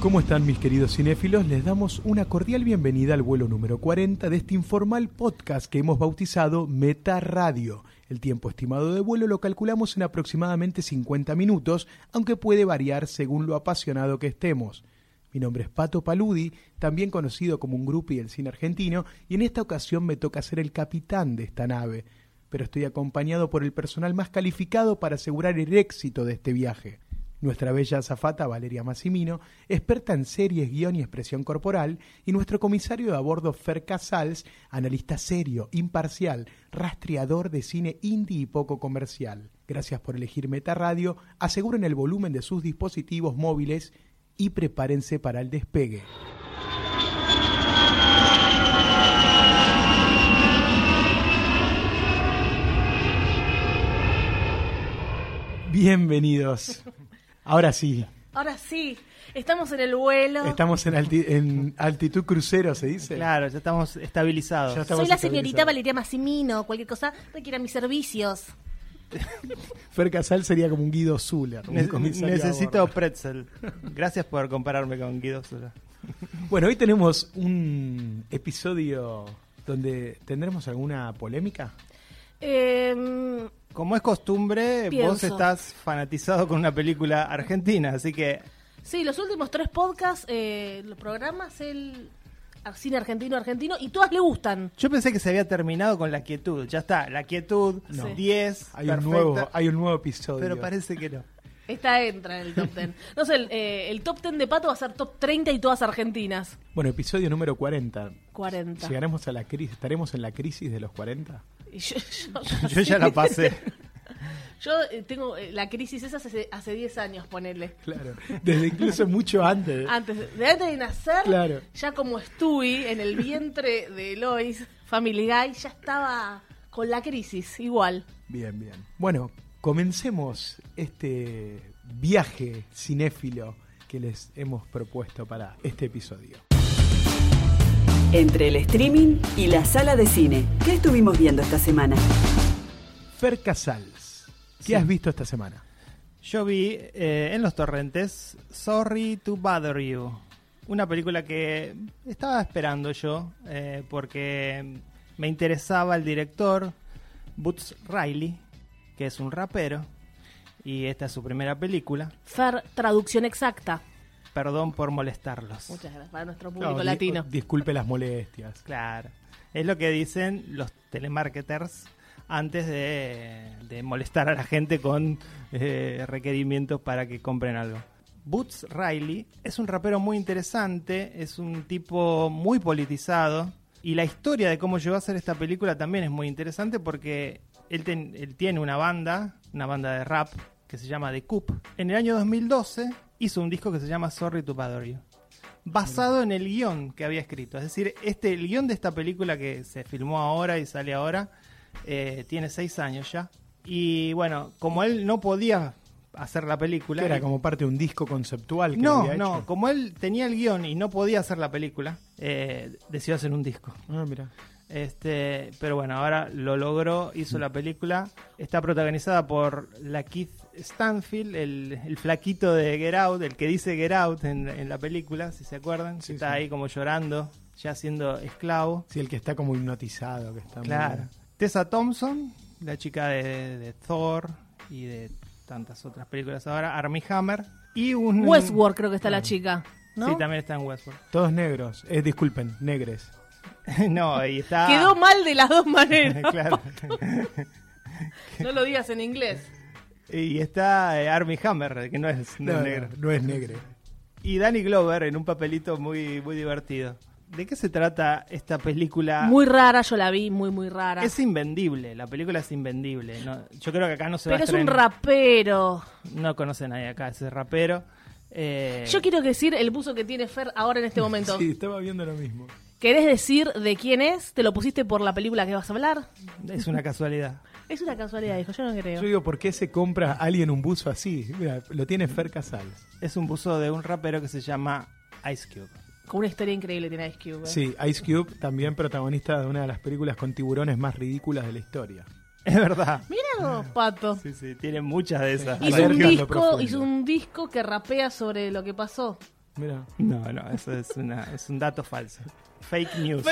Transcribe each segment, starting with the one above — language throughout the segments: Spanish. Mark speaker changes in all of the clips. Speaker 1: ¿Cómo están mis queridos cinéfilos? Les damos una cordial bienvenida al vuelo número 40 de este informal podcast que hemos bautizado Meta Radio. El tiempo estimado de vuelo lo calculamos en aproximadamente 50 minutos, aunque puede variar según lo apasionado que estemos. Mi nombre es Pato Paludi, también conocido como un grupi del cine argentino, y en esta ocasión me toca ser el capitán de esta nave, pero estoy acompañado por el personal más calificado para asegurar el éxito de este viaje. Nuestra bella azafata Valeria Massimino, experta en series, guión y expresión corporal, y nuestro comisario de a bordo Fer Casals, analista serio, imparcial, rastreador de cine indie y poco comercial. Gracias por elegir Meta Radio, aseguren el volumen de sus dispositivos móviles y prepárense para el despegue. Bienvenidos. Ahora sí,
Speaker 2: Ahora sí, estamos en el vuelo.
Speaker 1: estamos en, alti- en altitud crucero, se dice.
Speaker 3: Claro, ya estamos estabilizados.
Speaker 1: Ya estamos
Speaker 2: Soy la
Speaker 1: estabilizados.
Speaker 2: señorita Valeria Massimino. Cualquier cosa requiera mis servicios.
Speaker 1: Fer Casal sería como un Guido Zuller. un
Speaker 3: Ne-
Speaker 1: comisario a
Speaker 3: necesito
Speaker 1: bordo.
Speaker 3: pretzel. Gracias por compararme con Guido Sola.
Speaker 1: Bueno, hoy tenemos un episodio donde tendremos alguna polémica.
Speaker 2: Eh,
Speaker 3: Como es costumbre, vos
Speaker 2: Pienso.
Speaker 3: estás fanatizado con una película argentina, así que
Speaker 2: sí, los últimos tres podcasts, eh, los programas, el cine argentino, argentino, y todas le gustan.
Speaker 3: yo pensé que se había terminado con la quietud. Ya está, la quietud,
Speaker 2: No.
Speaker 3: 10,
Speaker 1: Hay
Speaker 3: perfecta,
Speaker 1: un nuevo, hay un nuevo episodio.
Speaker 3: pero parece que no.
Speaker 2: Esta entra en el top ten. No sé, el, eh, el top ten de Pato va a ser top 30 y todas argentinas.
Speaker 1: Bueno, episodio número 40.
Speaker 2: 40.
Speaker 1: Llegaremos a la crisis, estaremos en la crisis de los 40.
Speaker 2: Y yo, yo-
Speaker 3: Yo ya la pasé.
Speaker 2: Yo eh, tengo eh, la crisis esa hace hace 10 años, ponele.
Speaker 1: Claro. Desde incluso mucho antes.
Speaker 2: Antes de, antes de nacer,
Speaker 1: Claro.
Speaker 2: ya como Stewie en el vientre de Lois, Family Guy, ya estaba con la crisis, igual.
Speaker 1: Bien, bien. Bueno, comencemos este viaje cinéfilo que les hemos propuesto para este episodio.
Speaker 4: Entre el streaming y la sala de cine. ¿Qué estuvimos viendo esta semana?
Speaker 1: Fer Casals, ¿qué
Speaker 3: Sí.
Speaker 1: has visto esta semana?
Speaker 3: Yo vi eh, en los torrentes Sorry to Bother You, una película que estaba esperando yo eh, porque me interesaba el director Boots Riley, que es un rapero, y esta es su primera película.
Speaker 2: Fer, traducción exacta.
Speaker 3: Perdón por molestarlos.
Speaker 2: Muchas gracias para nuestro público
Speaker 1: No, di-
Speaker 2: latino.
Speaker 1: Disculpe las molestias.
Speaker 3: Claro, es lo que dicen los telemarketers antes de, de molestar a la gente con eh, requerimientos para que compren algo. Boots Riley es un rapero muy interesante, es un tipo muy politizado y la historia de cómo llegó a hacer esta película también es muy interesante porque él, ten- él tiene una banda, una banda de rap que se llama The Coop. En el año 2012 hizo un disco que se llama Sorry to Bother You basado en el guión que había escrito. Es decir, este, el guión de esta película que se filmó ahora y sale ahora, eh, tiene seis años ya. Y bueno, como él no podía hacer la película...
Speaker 1: Que era como parte de un disco conceptual. Que
Speaker 3: no,
Speaker 1: había
Speaker 3: no,
Speaker 1: hecho.
Speaker 3: como él tenía el guión y no podía hacer la película, eh, decidió hacer un disco.
Speaker 1: Ah, mira.
Speaker 3: Este, pero bueno, ahora lo logró, hizo la película. Está protagonizada por la Keith Stanfield, el, el flaquito de Get Out, el que dice Get Out en, en la película, si se acuerdan.
Speaker 1: Sí,
Speaker 3: está
Speaker 1: sí.
Speaker 3: ahí como llorando, ya siendo esclavo.
Speaker 1: Sí, el que está como hipnotizado. Que está muy-
Speaker 3: Claro. Tessa Thompson, la chica de, de Thor y de tantas otras películas ahora. Armie Hammer y un.
Speaker 2: Westworld creo que está la chica. ¿no?
Speaker 3: Sí, también está en Westworld.
Speaker 1: Todos negros. Eh, disculpen, negres.
Speaker 3: no, y está.
Speaker 2: Quedó mal de las dos maneras.
Speaker 3: Ah. Claro.
Speaker 2: No lo digas en inglés.
Speaker 3: Y está eh, Armie Hammer, que no es, no es negro.
Speaker 1: no es negre.
Speaker 3: Y Danny Glover en un papelito muy, muy divertido. ¿De qué se trata esta película?
Speaker 2: Muy rara, yo la vi, muy, muy rara.
Speaker 3: Ah. Es invendible, la película es invendible. no- yo creo que acá no se va
Speaker 2: Pero
Speaker 3: a
Speaker 2: es un
Speaker 3: estrenar.
Speaker 2: rapero.
Speaker 3: No conoce a nadie acá ese rapero. Eh,
Speaker 2: Yo quiero decir el buzo que tiene Fer ahora en este momento.
Speaker 5: Sí, estaba viendo lo mismo.
Speaker 2: ¿Querés decir de quién es? ¿Te lo pusiste por la película que vas a hablar?
Speaker 3: Es una casualidad.
Speaker 2: Es una casualidad, dijo, yo no creo.
Speaker 5: Yo digo, ¿por qué se compra alguien un buzo así? Mira, lo tiene Fer Casals.
Speaker 3: Es un buzo de un rapero que se llama Ice Cube.
Speaker 2: Con una historia increíble tiene Ice Cube. ¿eh?
Speaker 5: Sí, Ice Cube, también protagonista de una de las películas con tiburones más ridículas de la historia.
Speaker 3: Es verdad.
Speaker 2: Mira, vos, pato.
Speaker 3: Ah. Sí, sí, tiene muchas de esas.
Speaker 5: Y
Speaker 2: Hizo un,
Speaker 5: Alergia a lo
Speaker 2: disco,
Speaker 5: profundo.
Speaker 2: hizo un disco que rapea sobre lo que pasó.
Speaker 5: Mira.
Speaker 3: No, no, eso es, una, es un dato falso. Fake news.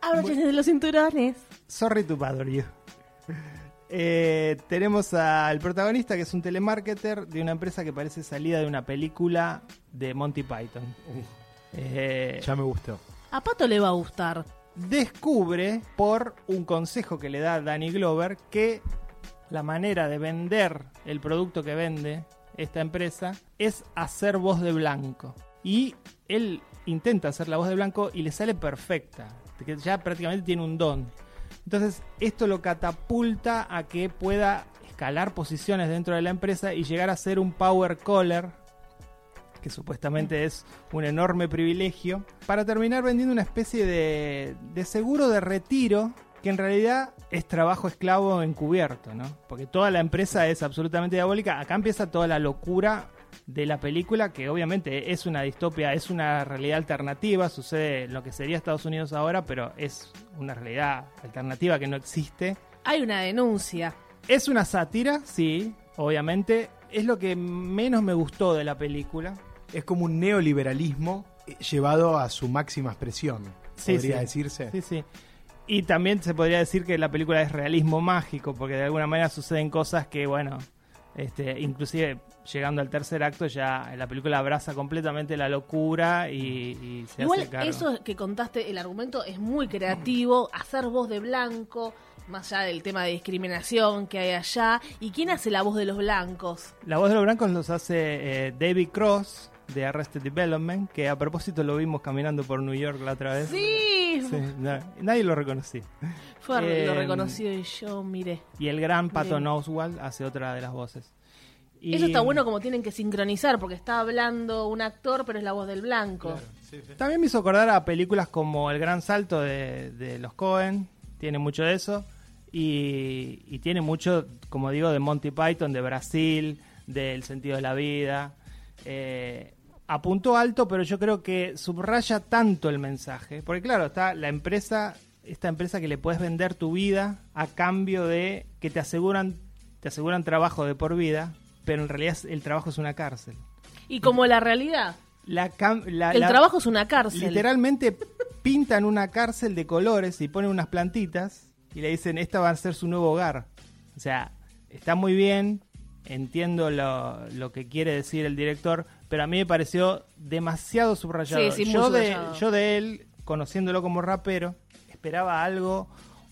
Speaker 2: Abróchense de los cinturones.
Speaker 3: Sorry to bother you. Eh, tenemos al protagonista que es un telemarketer de una empresa que parece salida de una película de Monty Python. Eh,
Speaker 5: Ya me gustó.
Speaker 2: A Pato le va a gustar.
Speaker 3: descubre por un consejo que le da Danny Glover que la manera de vender el producto que vende esta empresa es hacer voz de blanco. Y él intenta hacer la voz de blanco y le sale perfecta, que ya prácticamente tiene un don. Entonces esto lo catapulta a que pueda escalar posiciones dentro de la empresa y llegar a ser un power caller que supuestamente es un enorme privilegio, para terminar vendiendo una especie de, de seguro de retiro que en realidad es trabajo esclavo encubierto, ¿no? Porque toda la empresa es absolutamente diabólica. Acá empieza toda la locura de la película, que obviamente es una distopia, es una realidad alternativa, sucede en lo que sería Estados Unidos ahora, pero es una realidad alternativa que no existe.
Speaker 2: Hay una denuncia.
Speaker 3: Es una sátira, sí, obviamente. Es lo que menos me gustó de la película.
Speaker 5: Es como un neoliberalismo eh, llevado a su máxima expresión,
Speaker 3: Sí,
Speaker 5: podría
Speaker 3: sí.
Speaker 5: decirse.
Speaker 3: Sí, sí. Y también se podría decir que la película es realismo mágico, porque de alguna manera suceden cosas que, bueno, este, inclusive llegando al tercer acto ya la película abraza completamente la locura y, y se
Speaker 2: Igual
Speaker 3: hace cargo.
Speaker 2: eso que contaste, el argumento es muy creativo, hacer voz de blanco, más allá del tema de discriminación que hay allá. ¿Y quién hace la voz de los blancos?
Speaker 3: La voz de los blancos los hace eh, David Cross de Arrested Development, que a propósito lo vimos caminando por New York la otra vez.
Speaker 2: Sí,
Speaker 3: Sí, na- nadie lo reconocía.
Speaker 2: Fer
Speaker 3: Eh,
Speaker 2: lo reconoció y yo miré.
Speaker 3: Y el gran Patton
Speaker 2: Bien.
Speaker 3: Oswald hace otra de las voces. Y-
Speaker 2: Eso está bueno como tienen que sincronizar, porque está hablando un actor, pero es la voz del blanco.
Speaker 3: También me hizo acordar a películas como El Gran Salto de, de los Cohen, tiene mucho de eso, y, y tiene mucho, como digo, de Monty Python, de Brasil, del sentido de la vida. Eh, apuntó alto, pero yo creo que subraya tanto el mensaje, porque claro, está la empresa, esta empresa que le puedes vender tu vida a cambio de que te aseguran, te aseguran trabajo de por vida, pero en realidad es- el trabajo es una cárcel.
Speaker 2: Y como la realidad,
Speaker 3: La cam- la-
Speaker 2: el
Speaker 3: la-
Speaker 2: trabajo es una cárcel.
Speaker 3: Literalmente pintan una cárcel de colores y ponen unas plantitas y le dicen, esta va a ser su nuevo hogar. O sea, está muy bien, entiendo lo, lo que quiere decir el director, pero a mí me pareció demasiado subrayado.
Speaker 2: Sí, sí, muy
Speaker 3: yo,
Speaker 2: subrayado.
Speaker 3: De, yo de él, conociéndolo como rapero, esperaba algo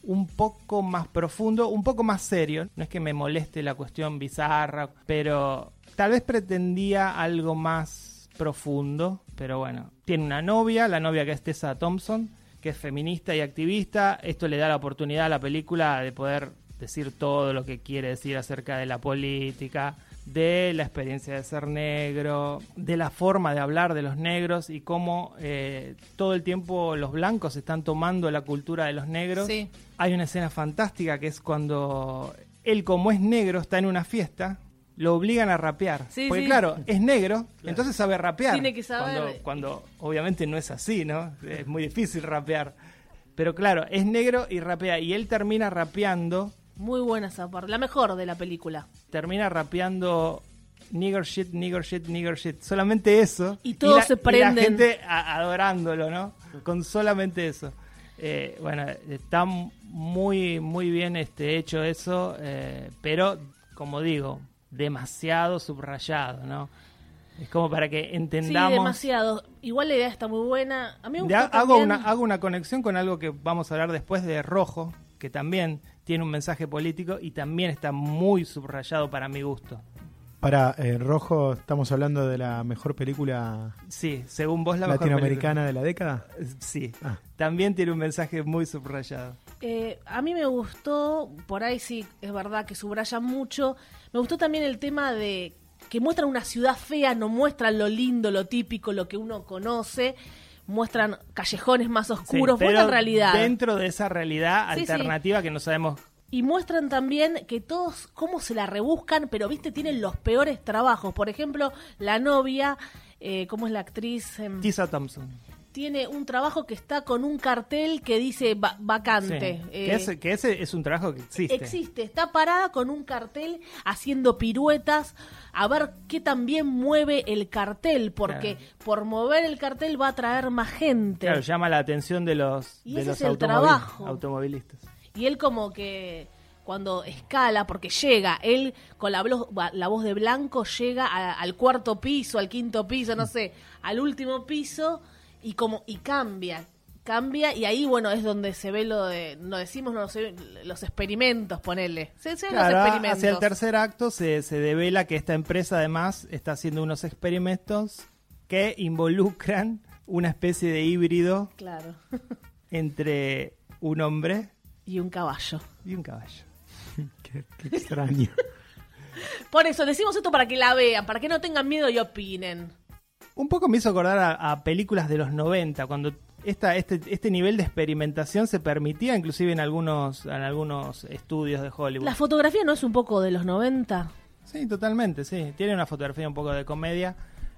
Speaker 3: un poco más profundo, un poco más serio. No es que me moleste la cuestión bizarra, pero tal vez pretendía algo más profundo. Pero bueno, tiene una novia, la novia que es Tessa Thompson, que es feminista y activista. Esto le da la oportunidad a la película de poder decir todo lo que quiere decir acerca de la política, de la experiencia de ser negro, de la forma de hablar de los negros y cómo eh, todo el tiempo los blancos están tomando la cultura de los negros.
Speaker 2: Sí.
Speaker 3: Hay una escena fantástica que es cuando él, como es negro, está en una fiesta, lo obligan a rapear.
Speaker 2: Sí,
Speaker 3: Porque
Speaker 2: sí.
Speaker 3: claro, es negro, entonces sabe rapear.
Speaker 2: Tiene que saber.
Speaker 3: Cuando, cuando obviamente no es así, ¿no? Es muy difícil rapear. Pero claro, es negro y rapea. Y él termina rapeando
Speaker 2: Muy buena esa parte, la mejor de la película.
Speaker 3: termina rapeando nigger shit, nigger shit, nigger shit. Solamente eso.
Speaker 2: Y todos
Speaker 3: la-
Speaker 2: se
Speaker 3: Y la
Speaker 2: prenden.
Speaker 3: gente a- adorándolo, ¿no? Con solamente eso. Eh, bueno, está m- muy, muy bien este, hecho eso, eh, pero, como digo, demasiado subrayado, ¿no? Es como para que
Speaker 2: Sí,
Speaker 3: entendamos...
Speaker 2: demasiado. Igual la idea está muy buena. A mí me
Speaker 3: De-
Speaker 2: gustó
Speaker 3: hago,
Speaker 2: también-
Speaker 3: una, hago una conexión con algo que vamos a hablar después de Rojo, que también tiene un mensaje político y también está muy subrayado para mi gusto.
Speaker 5: Para eh, Rojo, estamos hablando de la mejor película
Speaker 3: Sí, según vos la mejor
Speaker 5: latinoamericana de la década.
Speaker 3: película. Sí.
Speaker 5: Ah.
Speaker 3: También tiene un mensaje muy subrayado.
Speaker 2: Eh, a mí me gustó, por ahí sí es verdad que subraya mucho, me gustó también el tema de que muestran una ciudad fea, no muestran lo lindo, lo típico, lo que uno conoce, muestran callejones más
Speaker 3: Sí,
Speaker 2: oscuros,
Speaker 3: pero
Speaker 2: muestran realidad.
Speaker 3: Dentro de esa realidad
Speaker 2: Sí, sí.
Speaker 3: alternativa que no sabemos.
Speaker 2: Y muestran también que todos, cómo se la rebuscan, pero viste, tienen los peores trabajos. Por ejemplo, la novia, eh, ¿cómo es la actriz? Em,
Speaker 3: Tisa Thompson.
Speaker 2: tiene un trabajo que está con un cartel que dice va-
Speaker 3: Sí.
Speaker 2: vacante. eh,
Speaker 3: que, ese, que ese es un trabajo que existe.
Speaker 2: Existe, está parada con un cartel haciendo piruetas a ver qué también mueve el cartel, porque por mover el cartel va a atraer más gente.
Speaker 3: Claro, llama la atención de los,
Speaker 2: Y
Speaker 3: de
Speaker 2: ese
Speaker 3: los
Speaker 2: es el
Speaker 3: automovil-
Speaker 2: trabajo.
Speaker 3: automovilistas.
Speaker 2: Y él como que cuando escala, porque llega, él con la, blo- va- la voz de blanco llega a- al cuarto piso, al quinto piso, no sé, al último piso y como y cambia, cambia y ahí bueno es donde se ve lo de, no decimos no lo sé, los experimentos, ponele, se, se ven
Speaker 3: Claro,
Speaker 2: los experimentos.
Speaker 3: hacia el tercer acto se, se devela que esta empresa además está haciendo unos experimentos que involucran una especie de híbrido
Speaker 2: Claro.
Speaker 3: entre un hombre
Speaker 2: y un caballo.
Speaker 3: y un caballo.
Speaker 5: Qué, qué extraño.
Speaker 2: Por eso decimos esto para que la vean, para que no tengan miedo y opinen.
Speaker 3: Un poco me hizo acordar a, a películas de los 90, cuando esta, este, este nivel de experimentación se permitía inclusive en algunos, en algunos estudios de Hollywood.
Speaker 2: La fotografía no es un poco de los 90.
Speaker 3: Sí, totalmente, sí. Tiene una fotografía un poco de comedia.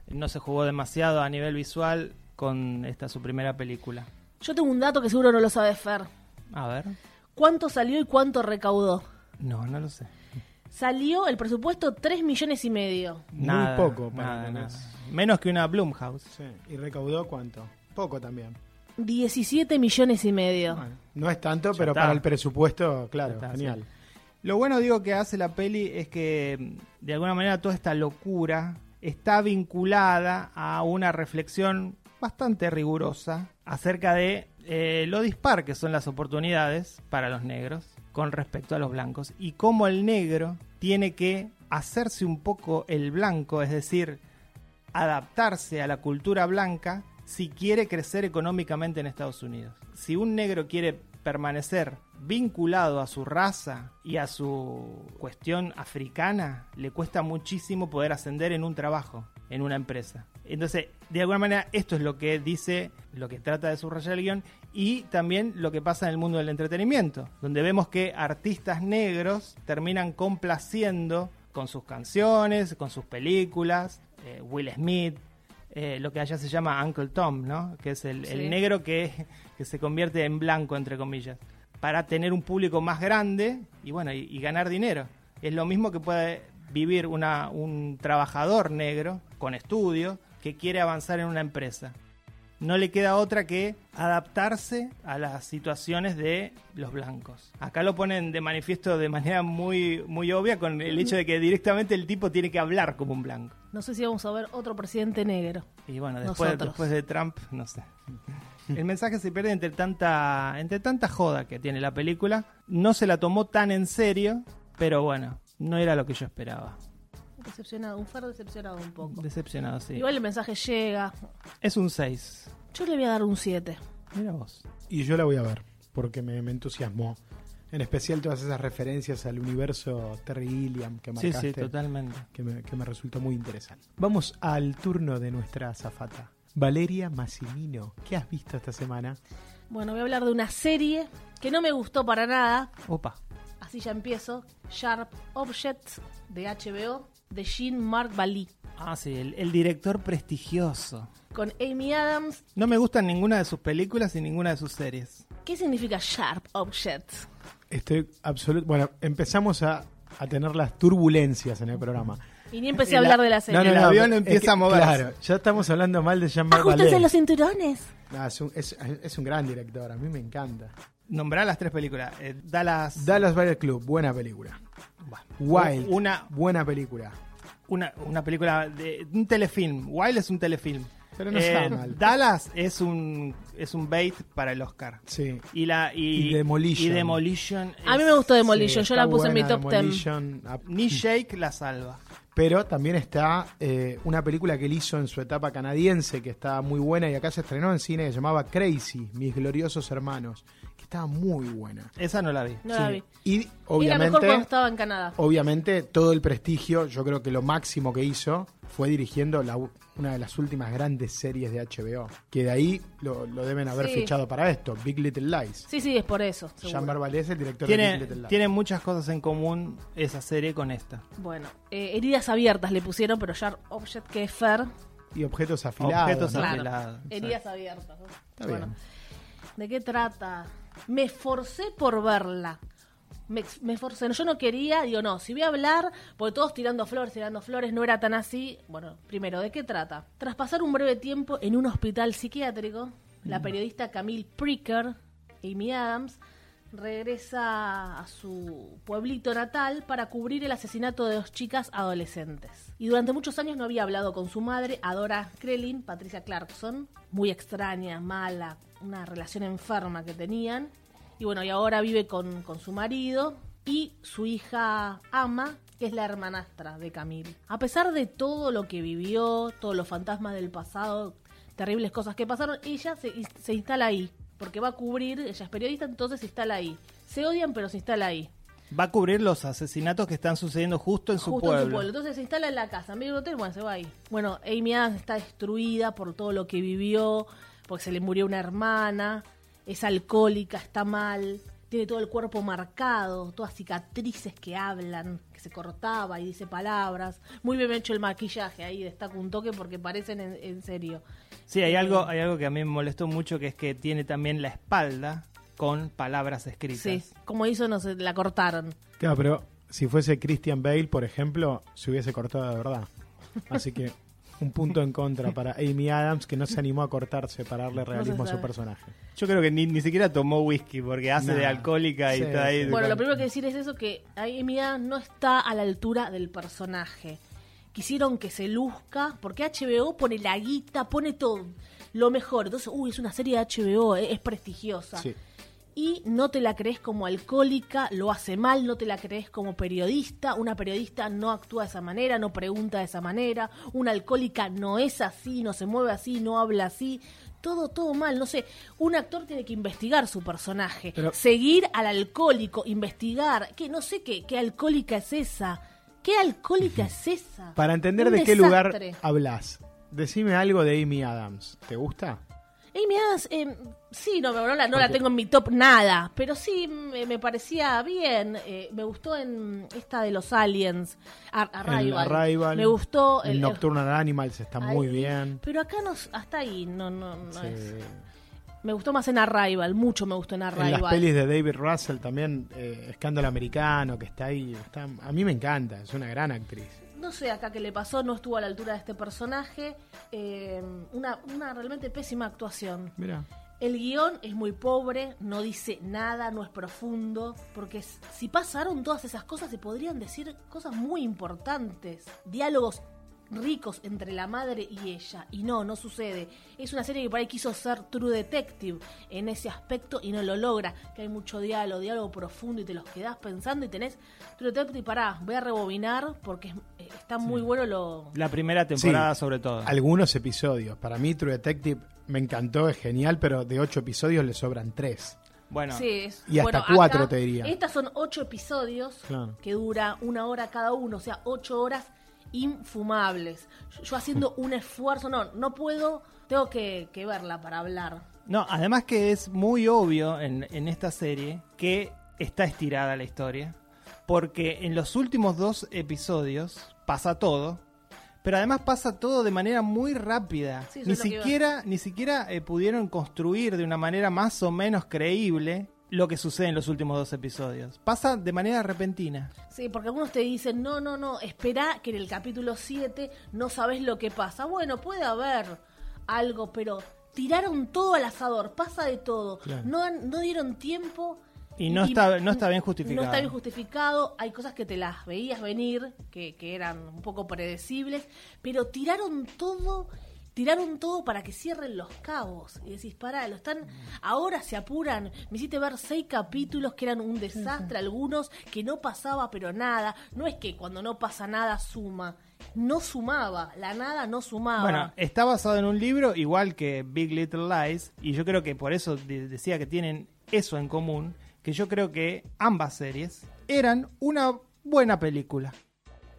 Speaker 3: No se jugó demasiado a nivel visual con esta su primera película.
Speaker 2: Yo tengo un dato que seguro no lo sabe Fer.
Speaker 3: A ver.
Speaker 2: ¿Cuánto salió y cuánto recaudó?
Speaker 3: No, no lo sé.
Speaker 2: Salió el presupuesto 3 millones y medio.
Speaker 5: Muy
Speaker 3: Nada,
Speaker 5: poco para
Speaker 3: nada,
Speaker 5: con
Speaker 3: nada.
Speaker 5: eso.
Speaker 3: Menos que una Blumhouse.
Speaker 5: Sí. ¿Y recaudó cuánto? Poco también.
Speaker 2: 17 millones y medio.
Speaker 5: Bueno, no es tanto,
Speaker 3: Ya
Speaker 5: pero
Speaker 3: está.
Speaker 5: para el presupuesto, claro,
Speaker 3: Ya está,
Speaker 5: genial.
Speaker 3: Lo bueno, digo, que hace la peli es que mm, de alguna manera toda esta locura está vinculada a una reflexión bastante rigurosa acerca de eh, lo dispar que son las oportunidades para los negros con respecto a los blancos y cómo el negro tiene que hacerse un poco el blanco, es decir, adaptarse a la cultura blanca si quiere crecer económicamente en Estados Unidos. Si un negro quiere permanecer vinculado a su raza y a su cuestión africana, le cuesta muchísimo poder ascender en un trabajo, en una empresa. Entonces, de alguna manera, esto es lo que dice, lo que trata de subrayar el guión y también lo que pasa en el mundo del entretenimiento, donde vemos que artistas negros terminan complaciendo con sus canciones, con sus películas, eh, Will Smith, eh, lo que allá se llama Uncle Tom, ¿no? Que es el, el
Speaker 2: Sí.
Speaker 3: negro que, que se convierte en blanco, entre comillas, para tener un público más grande y bueno, y, y ganar dinero. Es lo mismo que puede vivir una- un trabajador negro con estudio que quiere avanzar en una empresa. No le queda otra que adaptarse a las situaciones de los blancos. Acá lo ponen de manifiesto de manera muy, muy obvia con el hecho de que directamente el tipo tiene que hablar como un blanco.
Speaker 2: No sé si vamos a ver otro presidente negro.
Speaker 3: Y bueno, después,
Speaker 2: Nosotros.
Speaker 3: después de Trump, no sé. El mensaje se pierde entre tanta, entre tanta joda que tiene la película. No se la tomó tan en serio, pero bueno, no era lo que yo esperaba.
Speaker 2: Decepcionado, un Fer decepcionado un poco.
Speaker 3: Decepcionado, sí.
Speaker 2: Igual el mensaje llega.
Speaker 3: Es un 6.
Speaker 2: Yo le voy a dar un 7.
Speaker 3: Mira vos.
Speaker 5: Y yo la voy a ver, porque me, me entusiasmó. En especial todas esas referencias al universo Terry Gilliam que
Speaker 3: Sí,
Speaker 5: marcaste.
Speaker 3: sí, totalmente.
Speaker 5: que me, que me resultó muy interesante. Vamos al turno de nuestra azafata. Valeria Massimino, ¿qué has visto esta semana?
Speaker 2: Bueno, voy a hablar de una serie que no me gustó para nada,
Speaker 3: Opa.
Speaker 2: Así ya empiezo. Sharp Objects de HBO de Jean-Marc Bali
Speaker 3: Ah, sí, el, el director prestigioso.
Speaker 2: con Amy Adams.
Speaker 3: No me gustan ninguna de sus películas y ninguna de sus series.
Speaker 2: ¿Qué significa Sharp Objects?
Speaker 5: Estoy absoluto. Bueno, empezamos a, a tener las turbulencias en el programa.
Speaker 2: Y ni empecé a hablar de la serie.
Speaker 3: no, El avión empieza a moverse. Ah,
Speaker 5: Claro, ya estamos hablando mal de Jean-Marc
Speaker 2: Ajustense
Speaker 5: Vallée.
Speaker 2: los cinturones.
Speaker 5: Ah, es, un, es- es un gran director, a mí me encanta.
Speaker 3: Nombrá las tres películas. Eh, Dallas.
Speaker 5: Dallas Buyers Club, buena película.
Speaker 3: Bah.
Speaker 5: Wild,
Speaker 3: Una,
Speaker 5: buena película.
Speaker 3: una, una película de un telefilm. Wild es un telefilm.
Speaker 5: Pero no
Speaker 3: Eh,
Speaker 5: está mal.
Speaker 3: Dallas es un es un bait para el Oscar.
Speaker 5: Sí.
Speaker 3: Y la y,
Speaker 5: Y Demolition.
Speaker 3: y Demolition es-
Speaker 2: A mí me gustó Demolition,
Speaker 5: Sí,
Speaker 2: yo la
Speaker 5: está
Speaker 2: puse en mi
Speaker 5: buena
Speaker 2: top 10.
Speaker 5: Demolition. Ah,
Speaker 3: ni Shake la salva.
Speaker 1: Pero también está eh, una película que él hizo en su etapa canadiense, que está muy buena y acá se estrenó en cine, que se llamaba Crazy, Mis Gloriosos Hermanos, que estaba muy buena.
Speaker 3: Esa no la vi.
Speaker 2: No la
Speaker 1: Sí.
Speaker 2: vi.
Speaker 1: Y
Speaker 2: Era mejor cuando
Speaker 1: obviamente,
Speaker 2: estaba en Canadá.
Speaker 1: obviamente todo el prestigio, yo creo que lo máximo que hizo fue dirigiendo la u- una de las últimas grandes series de HBO, que de ahí lo, lo deben haber
Speaker 2: Sí.
Speaker 1: fichado para esto, Big Little Lies.
Speaker 2: Sí, sí, es por eso. seguro.
Speaker 1: Jean Barbalet es el director de Big
Speaker 3: Tiene,
Speaker 1: Little Lies.
Speaker 3: tiene muchas cosas en común esa serie con esta.
Speaker 2: Bueno, eh, heridas abiertas le pusieron, pero Sharp Object que es Fer.
Speaker 1: Y objetos afilados.
Speaker 3: Objetos
Speaker 1: ¿no?
Speaker 3: afilados.
Speaker 2: Claro.
Speaker 3: Afiladas,
Speaker 2: Heridas abiertas. ¿no?
Speaker 1: Está
Speaker 2: Bueno,
Speaker 1: bien.
Speaker 2: ¿de qué trata? Me esforcé por verla. Me, ex- me esforcé. Yo no quería, digo, no, si voy a hablar, porque todos tirando flores, tirando flores, no era tan así. Bueno, primero, ¿de qué trata? Tras pasar un breve tiempo en un hospital psiquiátrico, la periodista Camille Pricker, Amy Adams, regresa a su pueblito natal para cubrir el asesinato de dos chicas adolescentes. Y durante muchos años no había hablado con su madre, Adora Krellin, Patricia Clarkson, muy extraña, mala, una relación enferma que tenían. Y bueno, y ahora vive con, con su marido y su hija Ama, que es la hermanastra de Camille. A pesar de todo lo que vivió, todos los fantasmas del pasado, terribles cosas que pasaron, ella se, se instala ahí, porque va a cubrir, ella es periodista, entonces se instala ahí. Se odian, pero se instala ahí.
Speaker 3: Va a cubrir los asesinatos que están sucediendo justo en su,
Speaker 2: Justo
Speaker 3: pueblo.
Speaker 2: en su pueblo. Entonces se instala en la casa, en medio del hotel, bueno, se va ahí. Bueno, Amy Adams está destruida por todo lo que vivió, porque se le murió una hermana, es alcohólica, está mal, tiene todo el cuerpo marcado, todas cicatrices que hablan, que se cortaba y dice palabras. Muy bien hecho el maquillaje ahí, destaca un toque porque parecen en, en serio.
Speaker 3: Sí, hay algo, hay algo que a mí me molestó mucho, que es que tiene también la espalda con palabras escritas.
Speaker 2: Sí, como hizo, no sé, la cortaron.
Speaker 1: Claro, pero si fuese Christian Bale, por ejemplo, se hubiese cortado de verdad. Así que un punto en contra para Amy Adams, que no se animó a cortarse para darle realismo a su
Speaker 2: sabe.
Speaker 1: personaje.
Speaker 3: Yo creo que ni, ni siquiera tomó whisky porque hace
Speaker 1: Nah.
Speaker 3: de alcohólica y
Speaker 1: Sí,
Speaker 3: está ahí.
Speaker 1: sí.
Speaker 2: Bueno, lo primero que decir es eso, que Amy Adams no está a la altura del personaje. Quisieron que se luzca, porque HBO pone la guita, pone todo, lo mejor. Entonces, uy, es una serie de HBO, eh, es prestigiosa.
Speaker 1: Sí.
Speaker 2: Y no te la crees como alcohólica, lo hace mal, no te la crees como periodista. Una periodista no actúa de esa manera, no pregunta de esa manera. Una alcohólica no es así, no se mueve así, no habla así. Todo, todo mal, no sé. Un actor tiene que investigar su personaje,
Speaker 1: Pero-
Speaker 2: seguir al alcohólico, investigar. Que no sé qué, qué alcohólica es esa. ¿Qué alcohólica es esa?
Speaker 1: Para entender
Speaker 2: Un
Speaker 1: de qué lugar
Speaker 2: desastre.
Speaker 1: hablas, decime algo de Amy Adams. ¿Te gusta?
Speaker 2: Amy Adams, eh, sí, no, no, la, no la tengo en mi top nada, pero sí me, me parecía bien. eh, me gustó en esta de los Aliens, Ar-
Speaker 1: El
Speaker 2: Arrival.
Speaker 1: Arrival,
Speaker 2: Me gustó
Speaker 1: El Nocturnal Animals está
Speaker 2: Ay,
Speaker 1: muy bien.
Speaker 2: Pero acá no, hasta ahí no, no, no
Speaker 1: Sí.
Speaker 2: es. Me gustó más en Arrival, mucho me gustó en
Speaker 1: En las
Speaker 2: Arrival.
Speaker 1: pelis de David Russell también, eh, Escándalo Americano, que está ahí. está- a mí me encanta, es una gran actriz.
Speaker 2: No sé acá qué le pasó, no estuvo a la altura de este personaje. eh, una, una realmente pésima actuación.
Speaker 1: Mira.
Speaker 2: El guión es muy pobre, no dice nada, no es profundo, porque s- si pasaron todas esas cosas se podrían decir cosas muy importantes, diálogos ricos entre la madre y ella, y no, no sucede. Es una serie que por ahí quiso ser True Detective en ese aspecto y no lo logra, que hay mucho diálogo, diálogo profundo y te los quedás pensando y tenés True Detective, pará, voy a rebobinar porque es- eh, está muy bueno lo...
Speaker 3: La primera temporada
Speaker 1: Sí.
Speaker 3: sobre todo.
Speaker 1: Algunos episodios. Para mí True Detective me encantó, es genial, pero de ocho episodios le sobran tres.
Speaker 2: Uh,
Speaker 3: Bueno,
Speaker 2: Sí, es-
Speaker 1: Y hasta cuatro,
Speaker 2: acá,
Speaker 1: te diría.
Speaker 2: Estas son ocho episodios
Speaker 1: Claro.
Speaker 2: que dura una hora cada uno, o sea, ocho horas infumables. Yo, yo haciendo
Speaker 1: Mm.
Speaker 2: un esfuerzo, no, no puedo, tengo que, que verla para hablar.
Speaker 3: no, además que es muy obvio en, en esta serie que está estirada la historia. Porque en los últimos dos episodios pasa todo. Pero además pasa todo de manera muy rápida.
Speaker 2: Sí, eso
Speaker 3: ni,
Speaker 2: es lo que iba.
Speaker 3: siquiera, ni siquiera eh, pudieron construir de una manera más o menos creíble lo que sucede en los últimos dos episodios. Pasa de manera repentina.
Speaker 2: Sí, porque algunos te dicen, no, no, no, espera que en el capítulo 7 no sabes lo que pasa. Bueno, puede haber algo, pero tiraron todo al asador, pasa de todo.
Speaker 1: Claro.
Speaker 2: No, han- no dieron tiempo.
Speaker 3: Y no está- no está bien justificado.
Speaker 2: No está bien justificado, hay cosas que te las veías venir, que, que eran un poco predecibles, pero tiraron todo tiraron todo para que cierren los cabos. Y decís, pará, lo están. Ahora se apuran. Me hiciste ver seis capítulos que eran un desastre, algunos que no pasaba, pero nada. No es que cuando no pasa nada suma. No sumaba, la nada no sumaba.
Speaker 3: Bueno, está basado en un libro igual que Big Little Lies y yo creo que por eso de- decía que tienen eso en común, que yo creo que ambas series eran una buena película.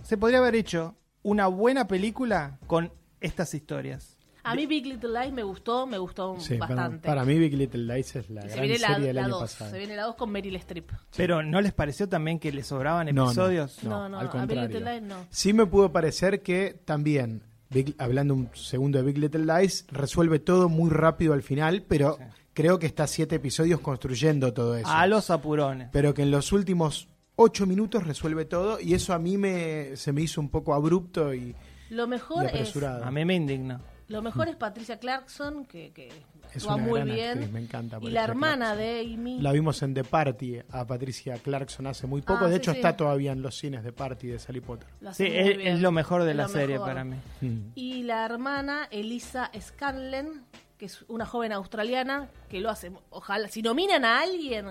Speaker 3: Se podría haber hecho una buena película con estas historias.
Speaker 2: a mí Big Little Lies me gustó, me gustó
Speaker 1: eh, Sí, para-
Speaker 2: bastante.
Speaker 1: Para, mí Big Little Lies es la
Speaker 2: se
Speaker 1: gran
Speaker 2: viene
Speaker 1: serie
Speaker 2: la,
Speaker 1: del
Speaker 2: la
Speaker 1: año
Speaker 2: dos,
Speaker 1: pasado.
Speaker 2: se viene la 2 con Meryl Streep.
Speaker 3: Pero ¿no les pareció también que les sobraban
Speaker 5: No, no.
Speaker 3: episodios?
Speaker 1: No,
Speaker 2: No, no,
Speaker 1: al
Speaker 2: a Big
Speaker 1: contrario.
Speaker 2: Little Lies no.
Speaker 5: Sí me pudo parecer que también, Big- hablando un segundo de Big Little Lies, resuelve todo muy rápido al final, pero creo que está siete episodios construyendo todo eso.
Speaker 3: A los apurones.
Speaker 5: Pero que en los últimos ocho minutos resuelve todo y eso a mí me, se me hizo un poco abrupto y,
Speaker 2: Lo
Speaker 5: y
Speaker 2: mejor es
Speaker 5: apresurado.
Speaker 3: A mí me indignó.
Speaker 2: Lo mejor es Patricia Clarkson, que, que
Speaker 5: Es
Speaker 2: actúa
Speaker 5: una
Speaker 2: muy
Speaker 5: gran
Speaker 2: bien.
Speaker 5: actriz, me encanta
Speaker 2: Y
Speaker 5: Patricia
Speaker 2: la hermana de Amy.
Speaker 5: La vimos en The Party a Patricia Clarkson hace muy poco.
Speaker 2: Ah,
Speaker 5: de
Speaker 2: sí,
Speaker 5: hecho,
Speaker 2: sí.
Speaker 5: está todavía en los cines de Party de Sally Potter.
Speaker 2: lo hace
Speaker 3: Sí,
Speaker 2: muy
Speaker 3: es,
Speaker 2: bien.
Speaker 3: es lo mejor de
Speaker 2: Es
Speaker 3: la
Speaker 2: lo
Speaker 3: serie
Speaker 2: mejor.
Speaker 3: para mí.
Speaker 5: Mm.
Speaker 2: Y la hermana Elisa Scanlon, que es una joven australiana, que lo hace. Ojalá, si nominan a alguien,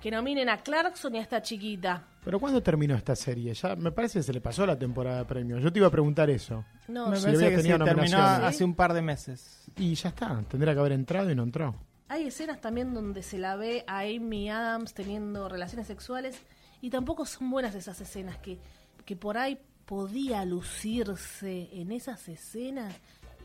Speaker 2: que nominen a Clarkson y a esta chiquita.
Speaker 5: Pero ¿cuándo terminó esta serie? Ya me parece que se le pasó la temporada de premios. Yo te iba a preguntar eso.
Speaker 2: No,
Speaker 3: Me
Speaker 5: Si
Speaker 2: yo-
Speaker 3: parece
Speaker 5: hubiera
Speaker 3: que se
Speaker 5: tenido
Speaker 3: terminó
Speaker 5: nominaciones.
Speaker 3: hace un par de meses.
Speaker 5: Y ya está, tendría que haber entrado y no entró.
Speaker 2: hay escenas también donde se la ve a Amy Adams teniendo relaciones sexuales y tampoco son buenas esas escenas que, que por ahí podía lucirse en esas escenas